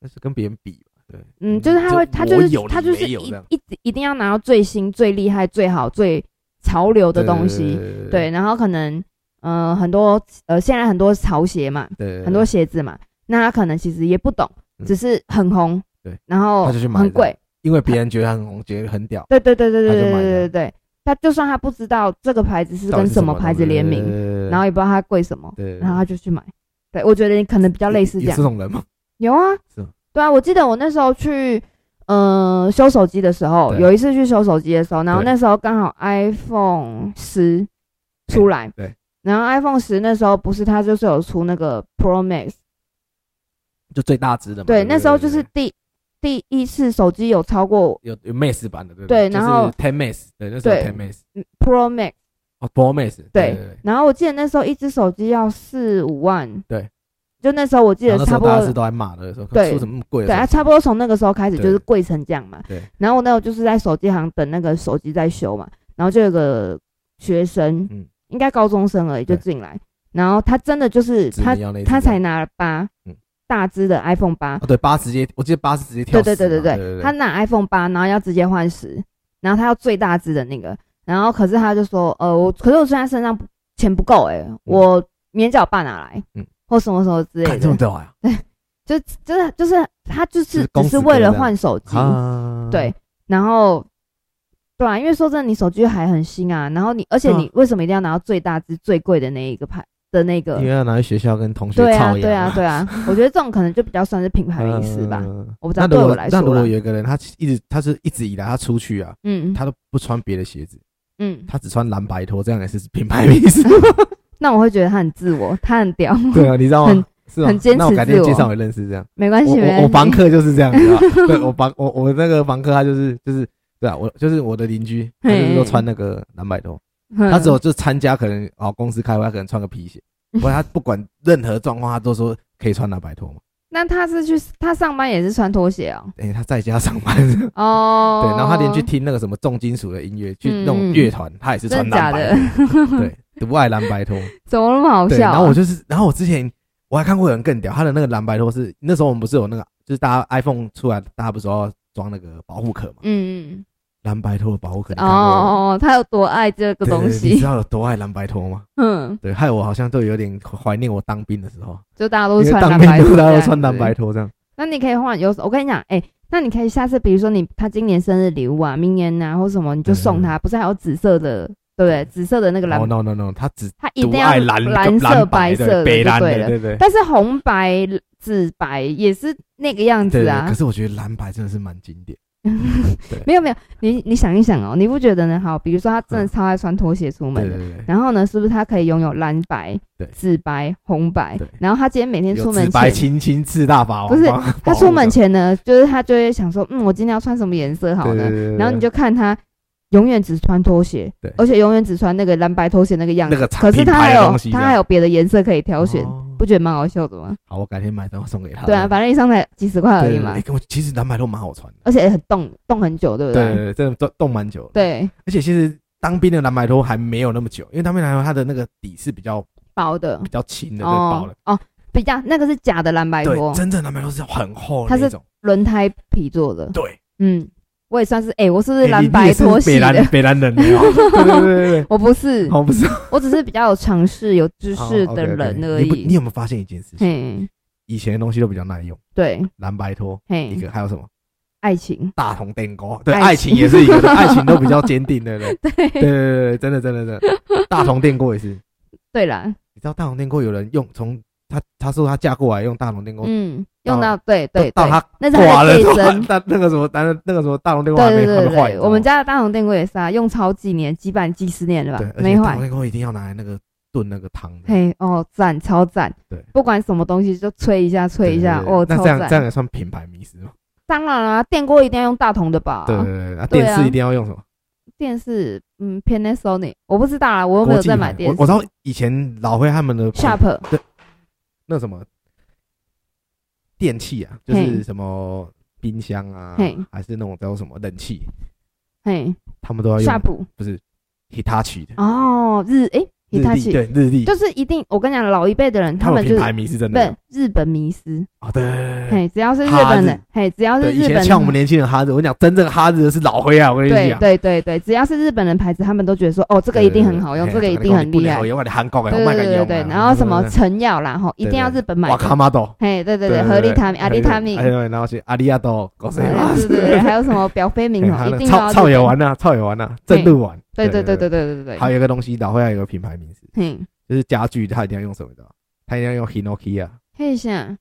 [SPEAKER 1] 那是跟别人比嘛，对，
[SPEAKER 2] 嗯，就是他会，他就
[SPEAKER 1] 我
[SPEAKER 2] 是
[SPEAKER 1] 有
[SPEAKER 2] 他
[SPEAKER 1] 你
[SPEAKER 2] 就
[SPEAKER 1] 没
[SPEAKER 2] 是
[SPEAKER 1] 有
[SPEAKER 2] 一
[SPEAKER 1] 这样
[SPEAKER 2] 一直一定要拿到最新、最厉害、最好、最潮流的东西，
[SPEAKER 1] 对
[SPEAKER 2] 对，然后可能呃很多呃现在很多潮鞋嘛，
[SPEAKER 1] 对
[SPEAKER 2] 很多鞋子嘛，那他可能其实也不懂，
[SPEAKER 1] 嗯
[SPEAKER 2] 只是很红，
[SPEAKER 1] 对，
[SPEAKER 2] 然后
[SPEAKER 1] 他就去买
[SPEAKER 2] 很贵，
[SPEAKER 1] 因为别人觉得很红，觉得很屌，
[SPEAKER 2] 对对对对
[SPEAKER 1] 他就
[SPEAKER 2] 对对
[SPEAKER 1] 买
[SPEAKER 2] 对
[SPEAKER 1] 了
[SPEAKER 2] 对对，他就算他不知道这个牌子是
[SPEAKER 1] 到底
[SPEAKER 2] 跟
[SPEAKER 1] 是
[SPEAKER 2] 什么牌子联
[SPEAKER 1] 东
[SPEAKER 2] 名，
[SPEAKER 1] 西，对
[SPEAKER 2] 然后也不知道它贵什么，
[SPEAKER 1] 对，
[SPEAKER 2] 然后他就去买。对，我觉得你可能比较类似这
[SPEAKER 1] 有
[SPEAKER 2] 样
[SPEAKER 1] 这。种人吗？
[SPEAKER 2] 有啊
[SPEAKER 1] 是吗，
[SPEAKER 2] 对啊，我记得我那时候去，嗯、修手机的时候，
[SPEAKER 1] 对
[SPEAKER 2] 有一次去修手机的时候，然后
[SPEAKER 1] 对
[SPEAKER 2] 那时候刚好 iPhone 十出来，
[SPEAKER 1] 对对
[SPEAKER 2] 然后 iPhone 十那时候不是它就是有出那个 Pro Max，
[SPEAKER 1] 就最大值的嘛。
[SPEAKER 2] 对，
[SPEAKER 1] 不
[SPEAKER 2] 那时候就是第第一次手机有超过
[SPEAKER 1] 有有 Max 版的，对不
[SPEAKER 2] 对然后
[SPEAKER 1] Ten Max，对，那时候
[SPEAKER 2] 对
[SPEAKER 1] Ten Max，
[SPEAKER 2] 嗯 Pro Max，
[SPEAKER 1] 哦，Pro Max，
[SPEAKER 2] 对
[SPEAKER 1] 对，
[SPEAKER 2] 然后我记得那时候一只手机要四五万，
[SPEAKER 1] 对，
[SPEAKER 2] 就那时候我记
[SPEAKER 1] 然
[SPEAKER 2] 得
[SPEAKER 1] 后那时
[SPEAKER 2] 差
[SPEAKER 1] 候
[SPEAKER 2] 不
[SPEAKER 1] 大家是
[SPEAKER 2] 多。
[SPEAKER 1] 都在骂的，说
[SPEAKER 2] 对
[SPEAKER 1] 出什么那么贵的
[SPEAKER 2] 对
[SPEAKER 1] 手
[SPEAKER 2] 啊，
[SPEAKER 1] 机，
[SPEAKER 2] 差不多从那个时候开始就
[SPEAKER 1] 对
[SPEAKER 2] 是贵成这样嘛。
[SPEAKER 1] 对。
[SPEAKER 2] 然后我那时候就是在手机行等那个手机在修嘛，然后就有个学生，
[SPEAKER 1] 嗯
[SPEAKER 2] 应该高中生而已就
[SPEAKER 1] 对
[SPEAKER 2] 进来，然后他真的就是
[SPEAKER 1] 只
[SPEAKER 2] 他
[SPEAKER 1] 能要那一只
[SPEAKER 2] 他
[SPEAKER 1] 这
[SPEAKER 2] 才
[SPEAKER 1] 样
[SPEAKER 2] 拿了八、
[SPEAKER 1] 嗯
[SPEAKER 2] 大只的 iPhone 八、
[SPEAKER 1] 哦，对，八直接，我记得八是直哦接跳
[SPEAKER 2] 对
[SPEAKER 1] 死嘛，
[SPEAKER 2] 对对
[SPEAKER 1] 对
[SPEAKER 2] 对
[SPEAKER 1] 对，
[SPEAKER 2] 他拿 iPhone 八，然后要直接换十，然后他要最大只的那个，然后可是他就说，呃，我可是我现在身上不钱不够哎、我免缴爸拿来，
[SPEAKER 1] 嗯
[SPEAKER 2] 或什么什么之类
[SPEAKER 1] 看这
[SPEAKER 2] 的
[SPEAKER 1] 么，屌啊呀，
[SPEAKER 2] 就真的就是他就
[SPEAKER 1] 就是是公
[SPEAKER 2] 只
[SPEAKER 1] 子
[SPEAKER 2] 是为
[SPEAKER 1] 哥
[SPEAKER 2] 了
[SPEAKER 1] 这样
[SPEAKER 2] 换手机，
[SPEAKER 1] 啊，
[SPEAKER 2] 对，然后对啊，因为说真的，你手机还很新啊，然后你而且
[SPEAKER 1] 对啊
[SPEAKER 2] 你为什么一定要拿到最大只最贵的那一个牌的那个
[SPEAKER 1] 因？为要拿去学校跟同学
[SPEAKER 2] 对啊，
[SPEAKER 1] 操
[SPEAKER 2] 对啊，，对啊，我觉得这种可能就比较算是品牌
[SPEAKER 1] 嗯
[SPEAKER 2] 隐私吧。我不知
[SPEAKER 1] 那如
[SPEAKER 2] 道对我
[SPEAKER 1] 果
[SPEAKER 2] 来
[SPEAKER 1] 那如
[SPEAKER 2] 说
[SPEAKER 1] 果
[SPEAKER 2] 啦，
[SPEAKER 1] 有一个人，他一直他是一直以来他出去啊，
[SPEAKER 2] 嗯
[SPEAKER 1] 他都不穿别的鞋子，
[SPEAKER 2] 嗯，
[SPEAKER 1] 他只穿蓝白拖，这样也是品牌意思。
[SPEAKER 2] 那我会觉得他很自我，他很屌，
[SPEAKER 1] 对啊，你知道
[SPEAKER 2] 很
[SPEAKER 1] 吗？是吗
[SPEAKER 2] 很坚持
[SPEAKER 1] 那我改天
[SPEAKER 2] 自我
[SPEAKER 1] 介绍你认识这样。
[SPEAKER 2] 没关
[SPEAKER 1] 我
[SPEAKER 2] 系，没
[SPEAKER 1] 我我
[SPEAKER 2] 关
[SPEAKER 1] 房
[SPEAKER 2] 系。
[SPEAKER 1] 客就是这样，你 知道吗对我房我我那个房客他就是就是对啊，我就是我的邻居，他就是都
[SPEAKER 2] 嘿
[SPEAKER 1] 穿那个蓝白拖，
[SPEAKER 2] 嗯
[SPEAKER 1] 他只有就参加可能哦公司开会，他可能穿个皮鞋，不然他不管任何状况，他都说可以穿蓝白拖嘛。
[SPEAKER 2] 那他是去他上班也是穿拖鞋哦，
[SPEAKER 1] 哎，他在家上班，
[SPEAKER 2] 哦， 嗯
[SPEAKER 1] 对，然后他连去听那个什么重金属的音乐，去那种乐团，他也是穿
[SPEAKER 2] 真的假
[SPEAKER 1] 蓝
[SPEAKER 2] 的
[SPEAKER 1] 白，拖，对，独爱蓝白 拖。
[SPEAKER 2] 怎么那么好
[SPEAKER 1] 对，
[SPEAKER 2] 笑啊？
[SPEAKER 1] 然后我就是，然后我之前我还看过有人更屌，他的那个蓝白拖是那时候我们不是有那个，啊就是大家 iPhone 出来，大家不是要装那个保护壳嘛，
[SPEAKER 2] 嗯
[SPEAKER 1] 蓝白拖的保护壳。
[SPEAKER 2] 嗯
[SPEAKER 1] 你
[SPEAKER 2] 哦
[SPEAKER 1] 看过吗
[SPEAKER 2] 哦，哦他有多爱这个
[SPEAKER 1] 对对
[SPEAKER 2] 东
[SPEAKER 1] 对你知
[SPEAKER 2] 西？
[SPEAKER 1] 道有多爱蓝白拖吗？
[SPEAKER 2] 嗯，
[SPEAKER 1] 对，害我好像都有点怀念我当兵的时候，
[SPEAKER 2] 就大家都
[SPEAKER 1] 因
[SPEAKER 2] 是
[SPEAKER 1] 为当
[SPEAKER 2] 穿蓝
[SPEAKER 1] 兵
[SPEAKER 2] 白，
[SPEAKER 1] 都
[SPEAKER 2] 拖，
[SPEAKER 1] 大家都穿蓝白。拖这样。
[SPEAKER 2] 那你可以换有，我跟你讲，哎、那你可以下次，比如说你他今年生日礼物啊，明年啊或什么，你就送他，不是还有紫色的，对不对？紫色的那个蓝，
[SPEAKER 1] 嗯哦 no no no，他只
[SPEAKER 2] 他一
[SPEAKER 1] 独
[SPEAKER 2] 定要
[SPEAKER 1] 爱蓝
[SPEAKER 2] 蓝色、
[SPEAKER 1] 蓝
[SPEAKER 2] 白色的
[SPEAKER 1] 对北
[SPEAKER 2] 就
[SPEAKER 1] 蓝
[SPEAKER 2] 对
[SPEAKER 1] 的，
[SPEAKER 2] 了。
[SPEAKER 1] 对对。
[SPEAKER 2] 但是红白、紫白也是那个样
[SPEAKER 1] 对
[SPEAKER 2] 子
[SPEAKER 1] 对
[SPEAKER 2] 啊
[SPEAKER 1] 可。是我觉得蓝白真的是蛮经典。
[SPEAKER 2] 没有没有，你你想一想哦，你不觉得呢？好，比如说他真的
[SPEAKER 1] 嗯
[SPEAKER 2] 超爱穿拖鞋出门
[SPEAKER 1] 对
[SPEAKER 2] 的，
[SPEAKER 1] 对对。
[SPEAKER 2] 然后呢，是不是他可以拥有蓝白
[SPEAKER 1] 对、
[SPEAKER 2] 紫白、红白
[SPEAKER 1] 对？
[SPEAKER 2] 然后他今天每天出
[SPEAKER 1] 有
[SPEAKER 2] 门
[SPEAKER 1] 紫
[SPEAKER 2] 前，
[SPEAKER 1] 白青哦青四大法王
[SPEAKER 2] 不是
[SPEAKER 1] 帮
[SPEAKER 2] 他
[SPEAKER 1] 保
[SPEAKER 2] 出
[SPEAKER 1] 护
[SPEAKER 2] 门
[SPEAKER 1] 的
[SPEAKER 2] 前呢，就是他就会想说，嗯，我今天要穿什么颜色好
[SPEAKER 1] 对
[SPEAKER 2] 呢
[SPEAKER 1] 对？对对
[SPEAKER 2] 然后
[SPEAKER 1] 对
[SPEAKER 2] 你就看他永远只穿拖鞋，
[SPEAKER 1] 对
[SPEAKER 2] 而且永远只穿那个蓝白拖鞋那个样子。
[SPEAKER 1] 那个
[SPEAKER 2] 可是
[SPEAKER 1] 品
[SPEAKER 2] 他还
[SPEAKER 1] 牌的
[SPEAKER 2] 有
[SPEAKER 1] 东西
[SPEAKER 2] 他
[SPEAKER 1] 这样
[SPEAKER 2] 还有别的颜色可以挑选，
[SPEAKER 1] 哦
[SPEAKER 2] 不觉得蛮好笑的吗？
[SPEAKER 1] 好，我改天买张送给他。
[SPEAKER 2] 对啊，反正一上才几十块而
[SPEAKER 1] 对
[SPEAKER 2] 已
[SPEAKER 1] 对对
[SPEAKER 2] 嘛
[SPEAKER 1] 哎，跟我其实蓝白都蛮好穿的。
[SPEAKER 2] 而且很冻冻很久，对不啊
[SPEAKER 1] 对对对，真的动动蛮久。，
[SPEAKER 2] 对，
[SPEAKER 1] 而且其实当兵的蓝白拖还没有那么久，因为当兵蓝白拖它的那个底是比较
[SPEAKER 2] 薄的
[SPEAKER 1] 比较轻的，对，薄
[SPEAKER 2] 哦
[SPEAKER 1] 的。
[SPEAKER 2] 哦，比较那个是假的蓝白拖
[SPEAKER 1] 对，，真正蓝白拖是很厚的
[SPEAKER 2] 它是
[SPEAKER 1] 那种。
[SPEAKER 2] 轮胎皮做的。
[SPEAKER 1] 对，
[SPEAKER 2] 嗯，我也算是哎，我是不
[SPEAKER 1] 哎
[SPEAKER 2] 是
[SPEAKER 1] 你
[SPEAKER 2] 蓝
[SPEAKER 1] 你
[SPEAKER 2] 白
[SPEAKER 1] 也是
[SPEAKER 2] 拖系
[SPEAKER 1] 北
[SPEAKER 2] 的
[SPEAKER 1] 蓝？北蓝人没有？对对对对
[SPEAKER 2] 我不是
[SPEAKER 1] 对，，我不是
[SPEAKER 2] 我只是比较有尝试、有知
[SPEAKER 1] 哦
[SPEAKER 2] 识的
[SPEAKER 1] OK，OK
[SPEAKER 2] 人而
[SPEAKER 1] 你不你
[SPEAKER 2] 已。
[SPEAKER 1] 有没有发现一件事情？
[SPEAKER 2] 嘿，
[SPEAKER 1] 以前的东西都比较耐用，
[SPEAKER 2] 对，
[SPEAKER 1] 蓝白拖一
[SPEAKER 2] 嘿，
[SPEAKER 1] 个，还有什么
[SPEAKER 2] 爱情，
[SPEAKER 1] 大同电锅？对，
[SPEAKER 2] 爱
[SPEAKER 1] 爱
[SPEAKER 2] 情
[SPEAKER 1] 情也是一个，对爱情都比较坚定，对不对？对对对对，真的真的真的，大同电锅也是。
[SPEAKER 2] 对啦，
[SPEAKER 1] 你知道大同电锅有人用从他他说他嫁过来用大同电锅，
[SPEAKER 2] 嗯，用
[SPEAKER 1] 到
[SPEAKER 2] 到对对
[SPEAKER 1] 到
[SPEAKER 2] 对，
[SPEAKER 1] 他
[SPEAKER 2] 那是
[SPEAKER 1] 挂
[SPEAKER 2] 还
[SPEAKER 1] 了
[SPEAKER 2] 在
[SPEAKER 1] 之后
[SPEAKER 2] 倍 增。
[SPEAKER 1] 他那个什么，但是那个什么大同电锅还没
[SPEAKER 2] 对对
[SPEAKER 1] 还
[SPEAKER 2] 对
[SPEAKER 1] 没坏，哦你知
[SPEAKER 2] 对，
[SPEAKER 1] 道吗
[SPEAKER 2] 我们家的大同电锅也是啊，用超几年，几百几十年了
[SPEAKER 1] 对
[SPEAKER 2] 吧，，
[SPEAKER 1] 而且
[SPEAKER 2] 没
[SPEAKER 1] 大
[SPEAKER 2] 坏
[SPEAKER 1] 同。电锅一定要拿来那个炖那个汤的，
[SPEAKER 2] 嘿，哦，赞，超赞。
[SPEAKER 1] 对
[SPEAKER 2] 不管什么东西就吹一下，
[SPEAKER 1] 对
[SPEAKER 2] 吹一下，
[SPEAKER 1] 对对
[SPEAKER 2] 哦，
[SPEAKER 1] 那
[SPEAKER 2] 超
[SPEAKER 1] 这样这样
[SPEAKER 2] 赞。
[SPEAKER 1] 也算品牌迷失吗？
[SPEAKER 2] 当然啦，电锅一定要用大同的吧？
[SPEAKER 1] 对对对，那
[SPEAKER 2] 对
[SPEAKER 1] 电
[SPEAKER 2] 啊
[SPEAKER 1] 视一定要用什么？
[SPEAKER 2] 电视，嗯，Panasonic，我不知道啊啦，我又没
[SPEAKER 1] 国
[SPEAKER 2] 有
[SPEAKER 1] 际
[SPEAKER 2] 在
[SPEAKER 1] 牌
[SPEAKER 2] 买电
[SPEAKER 1] 我
[SPEAKER 2] 视。
[SPEAKER 1] 我知道以前老辉他们的
[SPEAKER 2] Sharp，
[SPEAKER 1] 那什么电器啊，就
[SPEAKER 2] 嘿
[SPEAKER 1] 是什么冰箱啊
[SPEAKER 2] 嘿，
[SPEAKER 1] 还是那种叫什么冷气，
[SPEAKER 2] 嘿
[SPEAKER 1] 他们都要用哦
[SPEAKER 2] ，Sharp，
[SPEAKER 1] Hitachi 的。
[SPEAKER 2] 哦，日，诶，
[SPEAKER 1] 日历
[SPEAKER 2] 啊 Hitachi
[SPEAKER 1] 对日历，
[SPEAKER 2] 就是一定，我跟你讲，老一辈的人他
[SPEAKER 1] 他们
[SPEAKER 2] 们就
[SPEAKER 1] 品
[SPEAKER 2] 是
[SPEAKER 1] 牌迷是真
[SPEAKER 2] 不
[SPEAKER 1] 的
[SPEAKER 2] 是日本迷失，
[SPEAKER 1] 啊，对对对
[SPEAKER 2] 嘿，只要是日
[SPEAKER 1] 哈
[SPEAKER 2] 本
[SPEAKER 1] 日
[SPEAKER 2] 人，嘿，只要是
[SPEAKER 1] 对，以
[SPEAKER 2] 日本
[SPEAKER 1] 前像我们
[SPEAKER 2] 人，
[SPEAKER 1] 年轻人哈日，我跟你讲真正哈日的是老灰啊，我跟你
[SPEAKER 2] 对
[SPEAKER 1] 讲，
[SPEAKER 2] 对对对，只要是日本人牌子，他们都觉得说，哦，这
[SPEAKER 1] 这
[SPEAKER 2] 个一定很好用，这个一定很厉害，
[SPEAKER 1] 我你韩国
[SPEAKER 2] 对
[SPEAKER 1] 哎，我
[SPEAKER 2] 对
[SPEAKER 1] 卖给
[SPEAKER 2] 对
[SPEAKER 1] 你
[SPEAKER 2] 对
[SPEAKER 1] 用
[SPEAKER 2] 对
[SPEAKER 1] 啊，，
[SPEAKER 2] 然后什么
[SPEAKER 1] 对对
[SPEAKER 2] 陈药啦，吼，一定要日
[SPEAKER 1] 对
[SPEAKER 2] 本买
[SPEAKER 1] 哇
[SPEAKER 2] 的，
[SPEAKER 1] 卡玛豆，
[SPEAKER 2] 嘿，对对
[SPEAKER 1] 对
[SPEAKER 2] 对，
[SPEAKER 1] 对
[SPEAKER 2] 合力
[SPEAKER 1] 对
[SPEAKER 2] 他命，阿力他命
[SPEAKER 1] 哎，对，然后是阿里亚豆，狗谁
[SPEAKER 2] 对对对 对，还有什么表飞
[SPEAKER 1] 哎
[SPEAKER 2] 明吼，一定
[SPEAKER 1] 操
[SPEAKER 2] 要日
[SPEAKER 1] 操
[SPEAKER 2] 本
[SPEAKER 1] 也玩呐，操也玩呐，正路玩，
[SPEAKER 2] 对对对对对对对
[SPEAKER 1] 还
[SPEAKER 2] 对，
[SPEAKER 1] 有一个东西，老会要有一个品牌名字，
[SPEAKER 2] 嘿，
[SPEAKER 1] 就是家具，它一定要用什么的，它一定要用 Hinoki 啊，
[SPEAKER 2] 看一下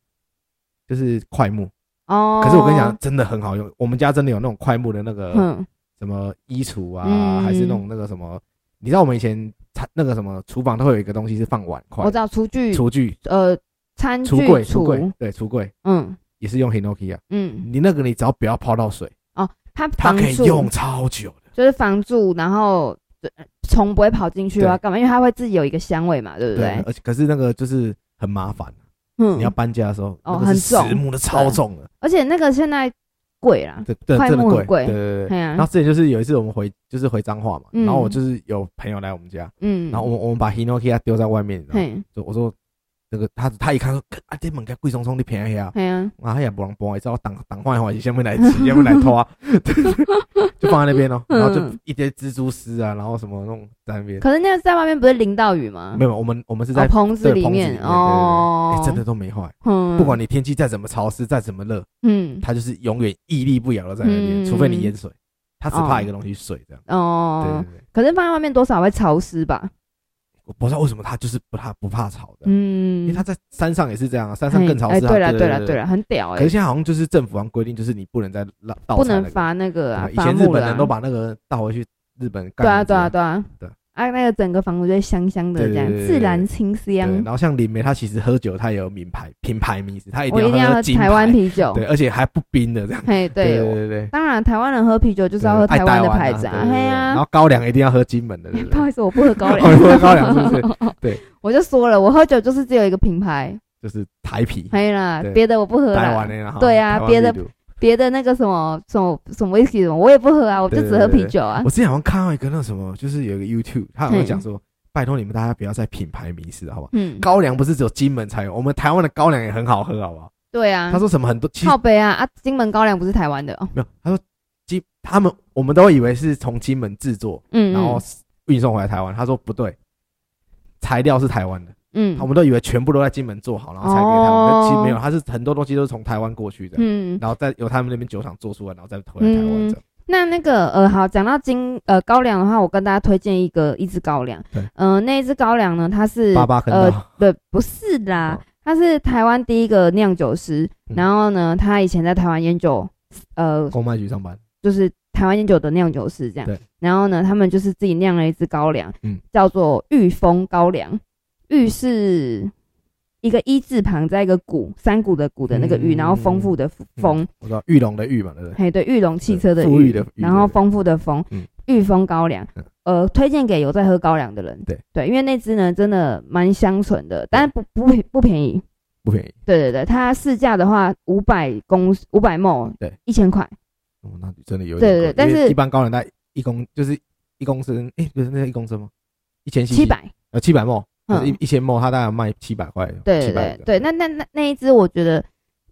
[SPEAKER 1] 就是快木。
[SPEAKER 2] 哦。
[SPEAKER 1] 可是我跟你讲，，真的很好用，我们家真的有那种快木的那个
[SPEAKER 2] 嗯，
[SPEAKER 1] 什么衣橱啊，
[SPEAKER 2] 嗯
[SPEAKER 1] 还是那种那个什么，你知道我们以前餐那个什么厨房都会有一个东西是放碗筷
[SPEAKER 2] 我知，道厨具，
[SPEAKER 1] 厨具、
[SPEAKER 2] 呃，餐具
[SPEAKER 1] 橱柜、
[SPEAKER 2] 橱
[SPEAKER 1] 橱柜，对，橱柜
[SPEAKER 2] 嗯
[SPEAKER 1] 也是用 Hinoki 啊。
[SPEAKER 2] 嗯，
[SPEAKER 1] 你那个你只要不要泡到水，
[SPEAKER 2] 它
[SPEAKER 1] 它
[SPEAKER 2] 防
[SPEAKER 1] 可以
[SPEAKER 2] 住
[SPEAKER 1] 用超久的。
[SPEAKER 2] 就是防住，然后呃虫不会跑进去啊，
[SPEAKER 1] 对
[SPEAKER 2] 干嘛？因为它会自己有一个香味嘛，对不对？
[SPEAKER 1] 而且可是那个就是很麻烦，
[SPEAKER 2] 嗯，
[SPEAKER 1] 你要搬家的时候，那
[SPEAKER 2] 哦
[SPEAKER 1] 个是
[SPEAKER 2] 很重
[SPEAKER 1] 实木的超重的，
[SPEAKER 2] 而且那个现在贵啦，
[SPEAKER 1] 对对，
[SPEAKER 2] 快
[SPEAKER 1] 真的
[SPEAKER 2] 木很
[SPEAKER 1] 贵，
[SPEAKER 2] 贵
[SPEAKER 1] 对对对
[SPEAKER 2] 嘿
[SPEAKER 1] 对。
[SPEAKER 2] 啊
[SPEAKER 1] 然后之前就是有一次我们回就是回彰化嘛，
[SPEAKER 2] 嗯
[SPEAKER 1] 然后我就是有朋友来我们家，
[SPEAKER 2] 嗯，
[SPEAKER 1] 然后我们我们把 Hinoki 啊丢在外面，你知道吗
[SPEAKER 2] 嘿，
[SPEAKER 1] 就我说那个他他一看说，干啊这门该贵松松的便宜啊，
[SPEAKER 2] 嘿啊，
[SPEAKER 1] 啊他也不让搬，知道挡挡坏坏，先不来 骑，先不来拖啊， 就放在那边咯，然后就
[SPEAKER 2] 嗯
[SPEAKER 1] 一堆蜘蛛丝啊，然后什么那种在那边，
[SPEAKER 2] 可是那个在外面不是淋到雨吗？
[SPEAKER 1] 没有，我们我们是
[SPEAKER 2] 哦
[SPEAKER 1] 在
[SPEAKER 2] 棚子
[SPEAKER 1] 对
[SPEAKER 2] 里
[SPEAKER 1] 棚子
[SPEAKER 2] 面
[SPEAKER 1] 对对对
[SPEAKER 2] 哦
[SPEAKER 1] 哎，真的都没坏。
[SPEAKER 2] 嗯，
[SPEAKER 1] 不管你天气再怎么潮湿，再怎么热，
[SPEAKER 2] 嗯
[SPEAKER 1] 它就是永远屹立不摇的在那边，
[SPEAKER 2] 嗯
[SPEAKER 1] 除非你淹水，它只怕
[SPEAKER 2] 哦
[SPEAKER 1] 一个东西水这样。
[SPEAKER 2] 哦
[SPEAKER 1] 对，啊对对，
[SPEAKER 2] 可是放在外面多少会潮湿吧？
[SPEAKER 1] 我不知道为什么它就是不怕不怕潮的，因
[SPEAKER 2] 嗯，
[SPEAKER 1] 为它在山上也是这样啊，山上更潮
[SPEAKER 2] 哎，
[SPEAKER 1] 湿啊。
[SPEAKER 2] 对了对了
[SPEAKER 1] 了
[SPEAKER 2] 对。了，很屌
[SPEAKER 1] 可
[SPEAKER 2] 哎
[SPEAKER 1] 是，现在好像就是政府好像规定，就是你不能再拉倒
[SPEAKER 2] 不
[SPEAKER 1] 插那
[SPEAKER 2] 能
[SPEAKER 1] 个
[SPEAKER 2] 罚那个啊
[SPEAKER 1] 对，以
[SPEAKER 2] 罚
[SPEAKER 1] 前日
[SPEAKER 2] 木
[SPEAKER 1] 本
[SPEAKER 2] 了
[SPEAKER 1] 人
[SPEAKER 2] 啊
[SPEAKER 1] 都。把那个倒回去日本干。
[SPEAKER 2] 对啊对啊
[SPEAKER 1] 对。
[SPEAKER 2] 对啊，
[SPEAKER 1] 对
[SPEAKER 2] 啊那个整个房子就会香香的
[SPEAKER 1] 对
[SPEAKER 2] 这
[SPEAKER 1] 对
[SPEAKER 2] 样，
[SPEAKER 1] 对对
[SPEAKER 2] 自然清香。
[SPEAKER 1] 然后像林梅，她其实喝酒，她也有名牌品牌名字，她一
[SPEAKER 2] 我一定
[SPEAKER 1] 要
[SPEAKER 2] 要
[SPEAKER 1] 喝
[SPEAKER 2] 喝
[SPEAKER 1] 啊金
[SPEAKER 2] 台湾
[SPEAKER 1] 牌，
[SPEAKER 2] 啤酒。
[SPEAKER 1] 对，而且还不冰的这样。
[SPEAKER 2] 嘿，
[SPEAKER 1] 对
[SPEAKER 2] 对，
[SPEAKER 1] 对
[SPEAKER 2] 我
[SPEAKER 1] 对对。
[SPEAKER 2] 当然台湾人喝啤酒就是要
[SPEAKER 1] 对
[SPEAKER 2] 喝
[SPEAKER 1] 爱
[SPEAKER 2] 台湾的
[SPEAKER 1] 啊
[SPEAKER 2] 牌子
[SPEAKER 1] 对
[SPEAKER 2] 啊，
[SPEAKER 1] 对对
[SPEAKER 2] 嘿
[SPEAKER 1] 对然
[SPEAKER 2] 啊
[SPEAKER 1] 后。高粱一定要喝金门的，对不
[SPEAKER 2] 不好
[SPEAKER 1] 对？
[SPEAKER 2] 意思，我不喝高
[SPEAKER 1] 哦你
[SPEAKER 2] 粱，
[SPEAKER 1] 不喝高粱是不
[SPEAKER 2] 是？
[SPEAKER 1] 对，
[SPEAKER 2] 我就说了，我喝酒就是只有一个品牌，
[SPEAKER 1] 就是台啤，
[SPEAKER 2] 嘿啦
[SPEAKER 1] 对，
[SPEAKER 2] 别的我不喝
[SPEAKER 1] 台
[SPEAKER 2] 啦
[SPEAKER 1] 湾，的啦，哈
[SPEAKER 2] 对啊
[SPEAKER 1] 台湾
[SPEAKER 2] 别的
[SPEAKER 1] 绿毒
[SPEAKER 2] 别的那个什么什么什么 whisky 什么，我也不喝啊，我就
[SPEAKER 1] 对对
[SPEAKER 2] 只喝
[SPEAKER 1] 对对
[SPEAKER 2] 啤酒啊
[SPEAKER 1] 我。之前好像看到一个那什么，就是有一个 YouTube，他好像
[SPEAKER 2] 嗯
[SPEAKER 1] 讲说，拜托你们大家不要再品牌迷失，好不好？
[SPEAKER 2] 嗯，
[SPEAKER 1] 高粱不是只有金门才有，我们台湾的高粱也很好喝，好不好？
[SPEAKER 2] 对啊
[SPEAKER 1] 他，说什么很多，其实
[SPEAKER 2] 靠北啊啊，金门高粱不是台湾的哦，
[SPEAKER 1] 没有，他说金他们我们都以为是从金门制作，
[SPEAKER 2] 嗯，
[SPEAKER 1] 然后
[SPEAKER 2] 嗯
[SPEAKER 1] 运送回来台湾，他说不对，材料是台湾的，
[SPEAKER 2] 嗯
[SPEAKER 1] 我们都以为全部都在金门做好，然后才给台湾，但其实没有，
[SPEAKER 2] 哦
[SPEAKER 1] 它是很多东西都是从台湾过去的，
[SPEAKER 2] 嗯，
[SPEAKER 1] 然后再由他们那边酒厂做出来，然后再回来台湾这样。
[SPEAKER 2] 那那个呃，好，讲到金呃高粱的话，我跟大家推荐一个一支高粱。
[SPEAKER 1] 对。
[SPEAKER 2] 呃，那一支高粱呢，它是
[SPEAKER 1] 八八坑
[SPEAKER 2] 呃，
[SPEAKER 1] 道，
[SPEAKER 2] 不不是
[SPEAKER 1] 哦，
[SPEAKER 2] 啦它是台湾第一个酿酒师。
[SPEAKER 1] 嗯
[SPEAKER 2] 然后呢，他以前在台湾烟酒，呃，
[SPEAKER 1] 公卖局上班，
[SPEAKER 2] 就是台湾烟酒的酿酒师这样
[SPEAKER 1] 对。
[SPEAKER 2] 然后呢，他们就是自己酿了一支高粱，
[SPEAKER 1] 嗯
[SPEAKER 2] 叫做玉峰高粱。玉是一个一字旁再一个谷，山谷的谷的那个玉，
[SPEAKER 1] 嗯
[SPEAKER 2] 然后丰富的丰，
[SPEAKER 1] 嗯我知道玉龙的玉嘛，对不对？
[SPEAKER 2] 嘿，对，玉龙汽车的
[SPEAKER 1] 富裕的裕
[SPEAKER 2] 然后
[SPEAKER 1] 对
[SPEAKER 2] 丰富的丰
[SPEAKER 1] 嗯，
[SPEAKER 2] 裕丰高粱
[SPEAKER 1] 嗯，
[SPEAKER 2] 呃，推荐给有在喝高粱的人。
[SPEAKER 1] 对
[SPEAKER 2] 因为那支呢真的蛮香醇的，但是不不不便宜。
[SPEAKER 1] 不便宜，
[SPEAKER 2] 对对对，它市价的话五百公五百 ml，
[SPEAKER 1] 对，
[SPEAKER 2] 一千块。
[SPEAKER 1] 哦，那真的有点
[SPEAKER 2] 对对
[SPEAKER 1] 贵
[SPEAKER 2] 但
[SPEAKER 1] 因为
[SPEAKER 2] 是
[SPEAKER 1] 一般高粱在一公就是一公升，哎，不是那一公升吗？一千
[SPEAKER 2] 七百，
[SPEAKER 1] 呃七百沫，
[SPEAKER 2] 嗯
[SPEAKER 1] 一一千沫，它大概卖七百块，
[SPEAKER 2] 对
[SPEAKER 1] 700
[SPEAKER 2] 对
[SPEAKER 1] 这样
[SPEAKER 2] 对，那那那那一支我觉得，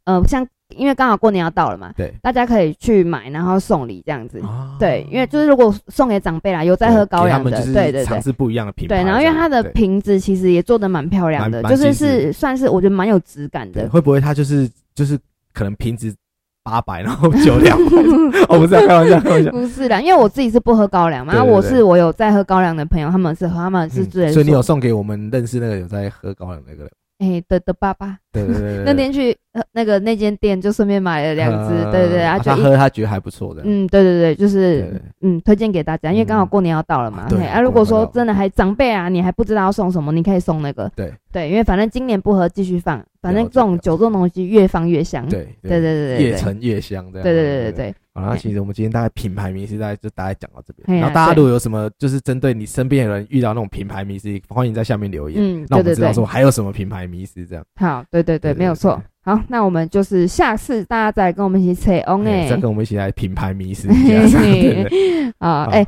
[SPEAKER 2] 呃，像因为刚好过年要到了嘛，
[SPEAKER 1] 对
[SPEAKER 2] 大家可以去买，然后送礼这样子。
[SPEAKER 1] 啊
[SPEAKER 2] 对，因为就是如果送给长辈啦，有在
[SPEAKER 1] 对
[SPEAKER 2] 喝高
[SPEAKER 1] 给
[SPEAKER 2] 粱的
[SPEAKER 1] 他，们就
[SPEAKER 2] 对对
[SPEAKER 1] 是
[SPEAKER 2] 对
[SPEAKER 1] 尝，试不一样的品牌这样，
[SPEAKER 2] 对，然后因为它的
[SPEAKER 1] 对
[SPEAKER 2] 瓶子其实也做的蛮漂亮的，
[SPEAKER 1] 蛮蛮
[SPEAKER 2] 就是
[SPEAKER 1] 精致
[SPEAKER 2] 是算是我觉得蛮有质感
[SPEAKER 1] 对，
[SPEAKER 2] 的。
[SPEAKER 1] 会不会它就是就是可能瓶子八百，然后酒两百？ 哦，不是啊，开玩笑，开玩笑。
[SPEAKER 2] 不是啦，因为我自己是不喝高粱嘛，
[SPEAKER 1] 对
[SPEAKER 2] 然后
[SPEAKER 1] 对
[SPEAKER 2] 我
[SPEAKER 1] 对
[SPEAKER 2] 是我有在喝高粱的朋友，他们是喝他们 是
[SPEAKER 1] 嗯
[SPEAKER 2] 之前
[SPEAKER 1] 所以你
[SPEAKER 2] 说
[SPEAKER 1] 有送给我们认识那个有在喝高粱那个人，
[SPEAKER 2] 哎的的爸爸
[SPEAKER 1] 对对对对对
[SPEAKER 2] 那天去呃那个那间店就顺便买了两支，
[SPEAKER 1] 呃
[SPEAKER 2] 对对对，啊就
[SPEAKER 1] 他
[SPEAKER 2] 一
[SPEAKER 1] 喝他觉得还不错的，
[SPEAKER 2] 嗯对对对，就
[SPEAKER 1] 对
[SPEAKER 2] 是
[SPEAKER 1] 对
[SPEAKER 2] 嗯推荐给大家，因为刚好
[SPEAKER 1] 嗯
[SPEAKER 2] 过年要到了嘛，
[SPEAKER 1] 对
[SPEAKER 2] 嘿啊
[SPEAKER 1] 过
[SPEAKER 2] 如果
[SPEAKER 1] 年要
[SPEAKER 2] 说
[SPEAKER 1] 到了
[SPEAKER 2] 真的还长辈啊，你还不知道要送什么，你可以送那个，
[SPEAKER 1] 对
[SPEAKER 2] 对，因为反正今年不喝继续放，反正
[SPEAKER 1] 了解
[SPEAKER 2] 这种
[SPEAKER 1] 了解
[SPEAKER 2] 酒这种东西越放越香，
[SPEAKER 1] 对
[SPEAKER 2] 对对对对对
[SPEAKER 1] 越陈越香这样，
[SPEAKER 2] 对对对对
[SPEAKER 1] 对。
[SPEAKER 2] 对，
[SPEAKER 1] 好啦，那其实我们今天大概品牌迷失大概就大概讲到这
[SPEAKER 2] 嘿
[SPEAKER 1] 边，
[SPEAKER 2] 啊
[SPEAKER 1] 然后大家
[SPEAKER 2] 对
[SPEAKER 1] 如果有什么就是针对你身边的人遇到那种品牌迷失，欢迎在下面留言，
[SPEAKER 2] 嗯，
[SPEAKER 1] 那
[SPEAKER 2] 对
[SPEAKER 1] 我们
[SPEAKER 2] 对
[SPEAKER 1] 知道
[SPEAKER 2] 对，
[SPEAKER 1] 说还有什么品牌迷失这样，
[SPEAKER 2] 好，对对
[SPEAKER 1] 对
[SPEAKER 2] 对，
[SPEAKER 1] 对
[SPEAKER 2] 没有错。好，那我们就是下次大家再来跟我们一起扯 on
[SPEAKER 1] 嘿
[SPEAKER 2] 哎
[SPEAKER 1] 再，跟我们一起来品牌迷失一下，对对对
[SPEAKER 2] 啊
[SPEAKER 1] 好
[SPEAKER 2] 哎，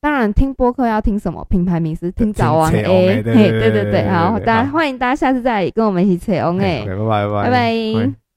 [SPEAKER 2] 当然听播客要听什么品牌名师，听早安
[SPEAKER 1] 听扯红
[SPEAKER 2] A，
[SPEAKER 1] 的对
[SPEAKER 2] 嘿
[SPEAKER 1] 对对
[SPEAKER 2] 对
[SPEAKER 1] 对对
[SPEAKER 2] 好，
[SPEAKER 1] 对
[SPEAKER 2] 大家
[SPEAKER 1] 好
[SPEAKER 2] 欢迎大家下次再跟我们一起扯 on
[SPEAKER 1] 哎
[SPEAKER 2] 哎，
[SPEAKER 1] ，OK，拜拜拜
[SPEAKER 2] 拜拜。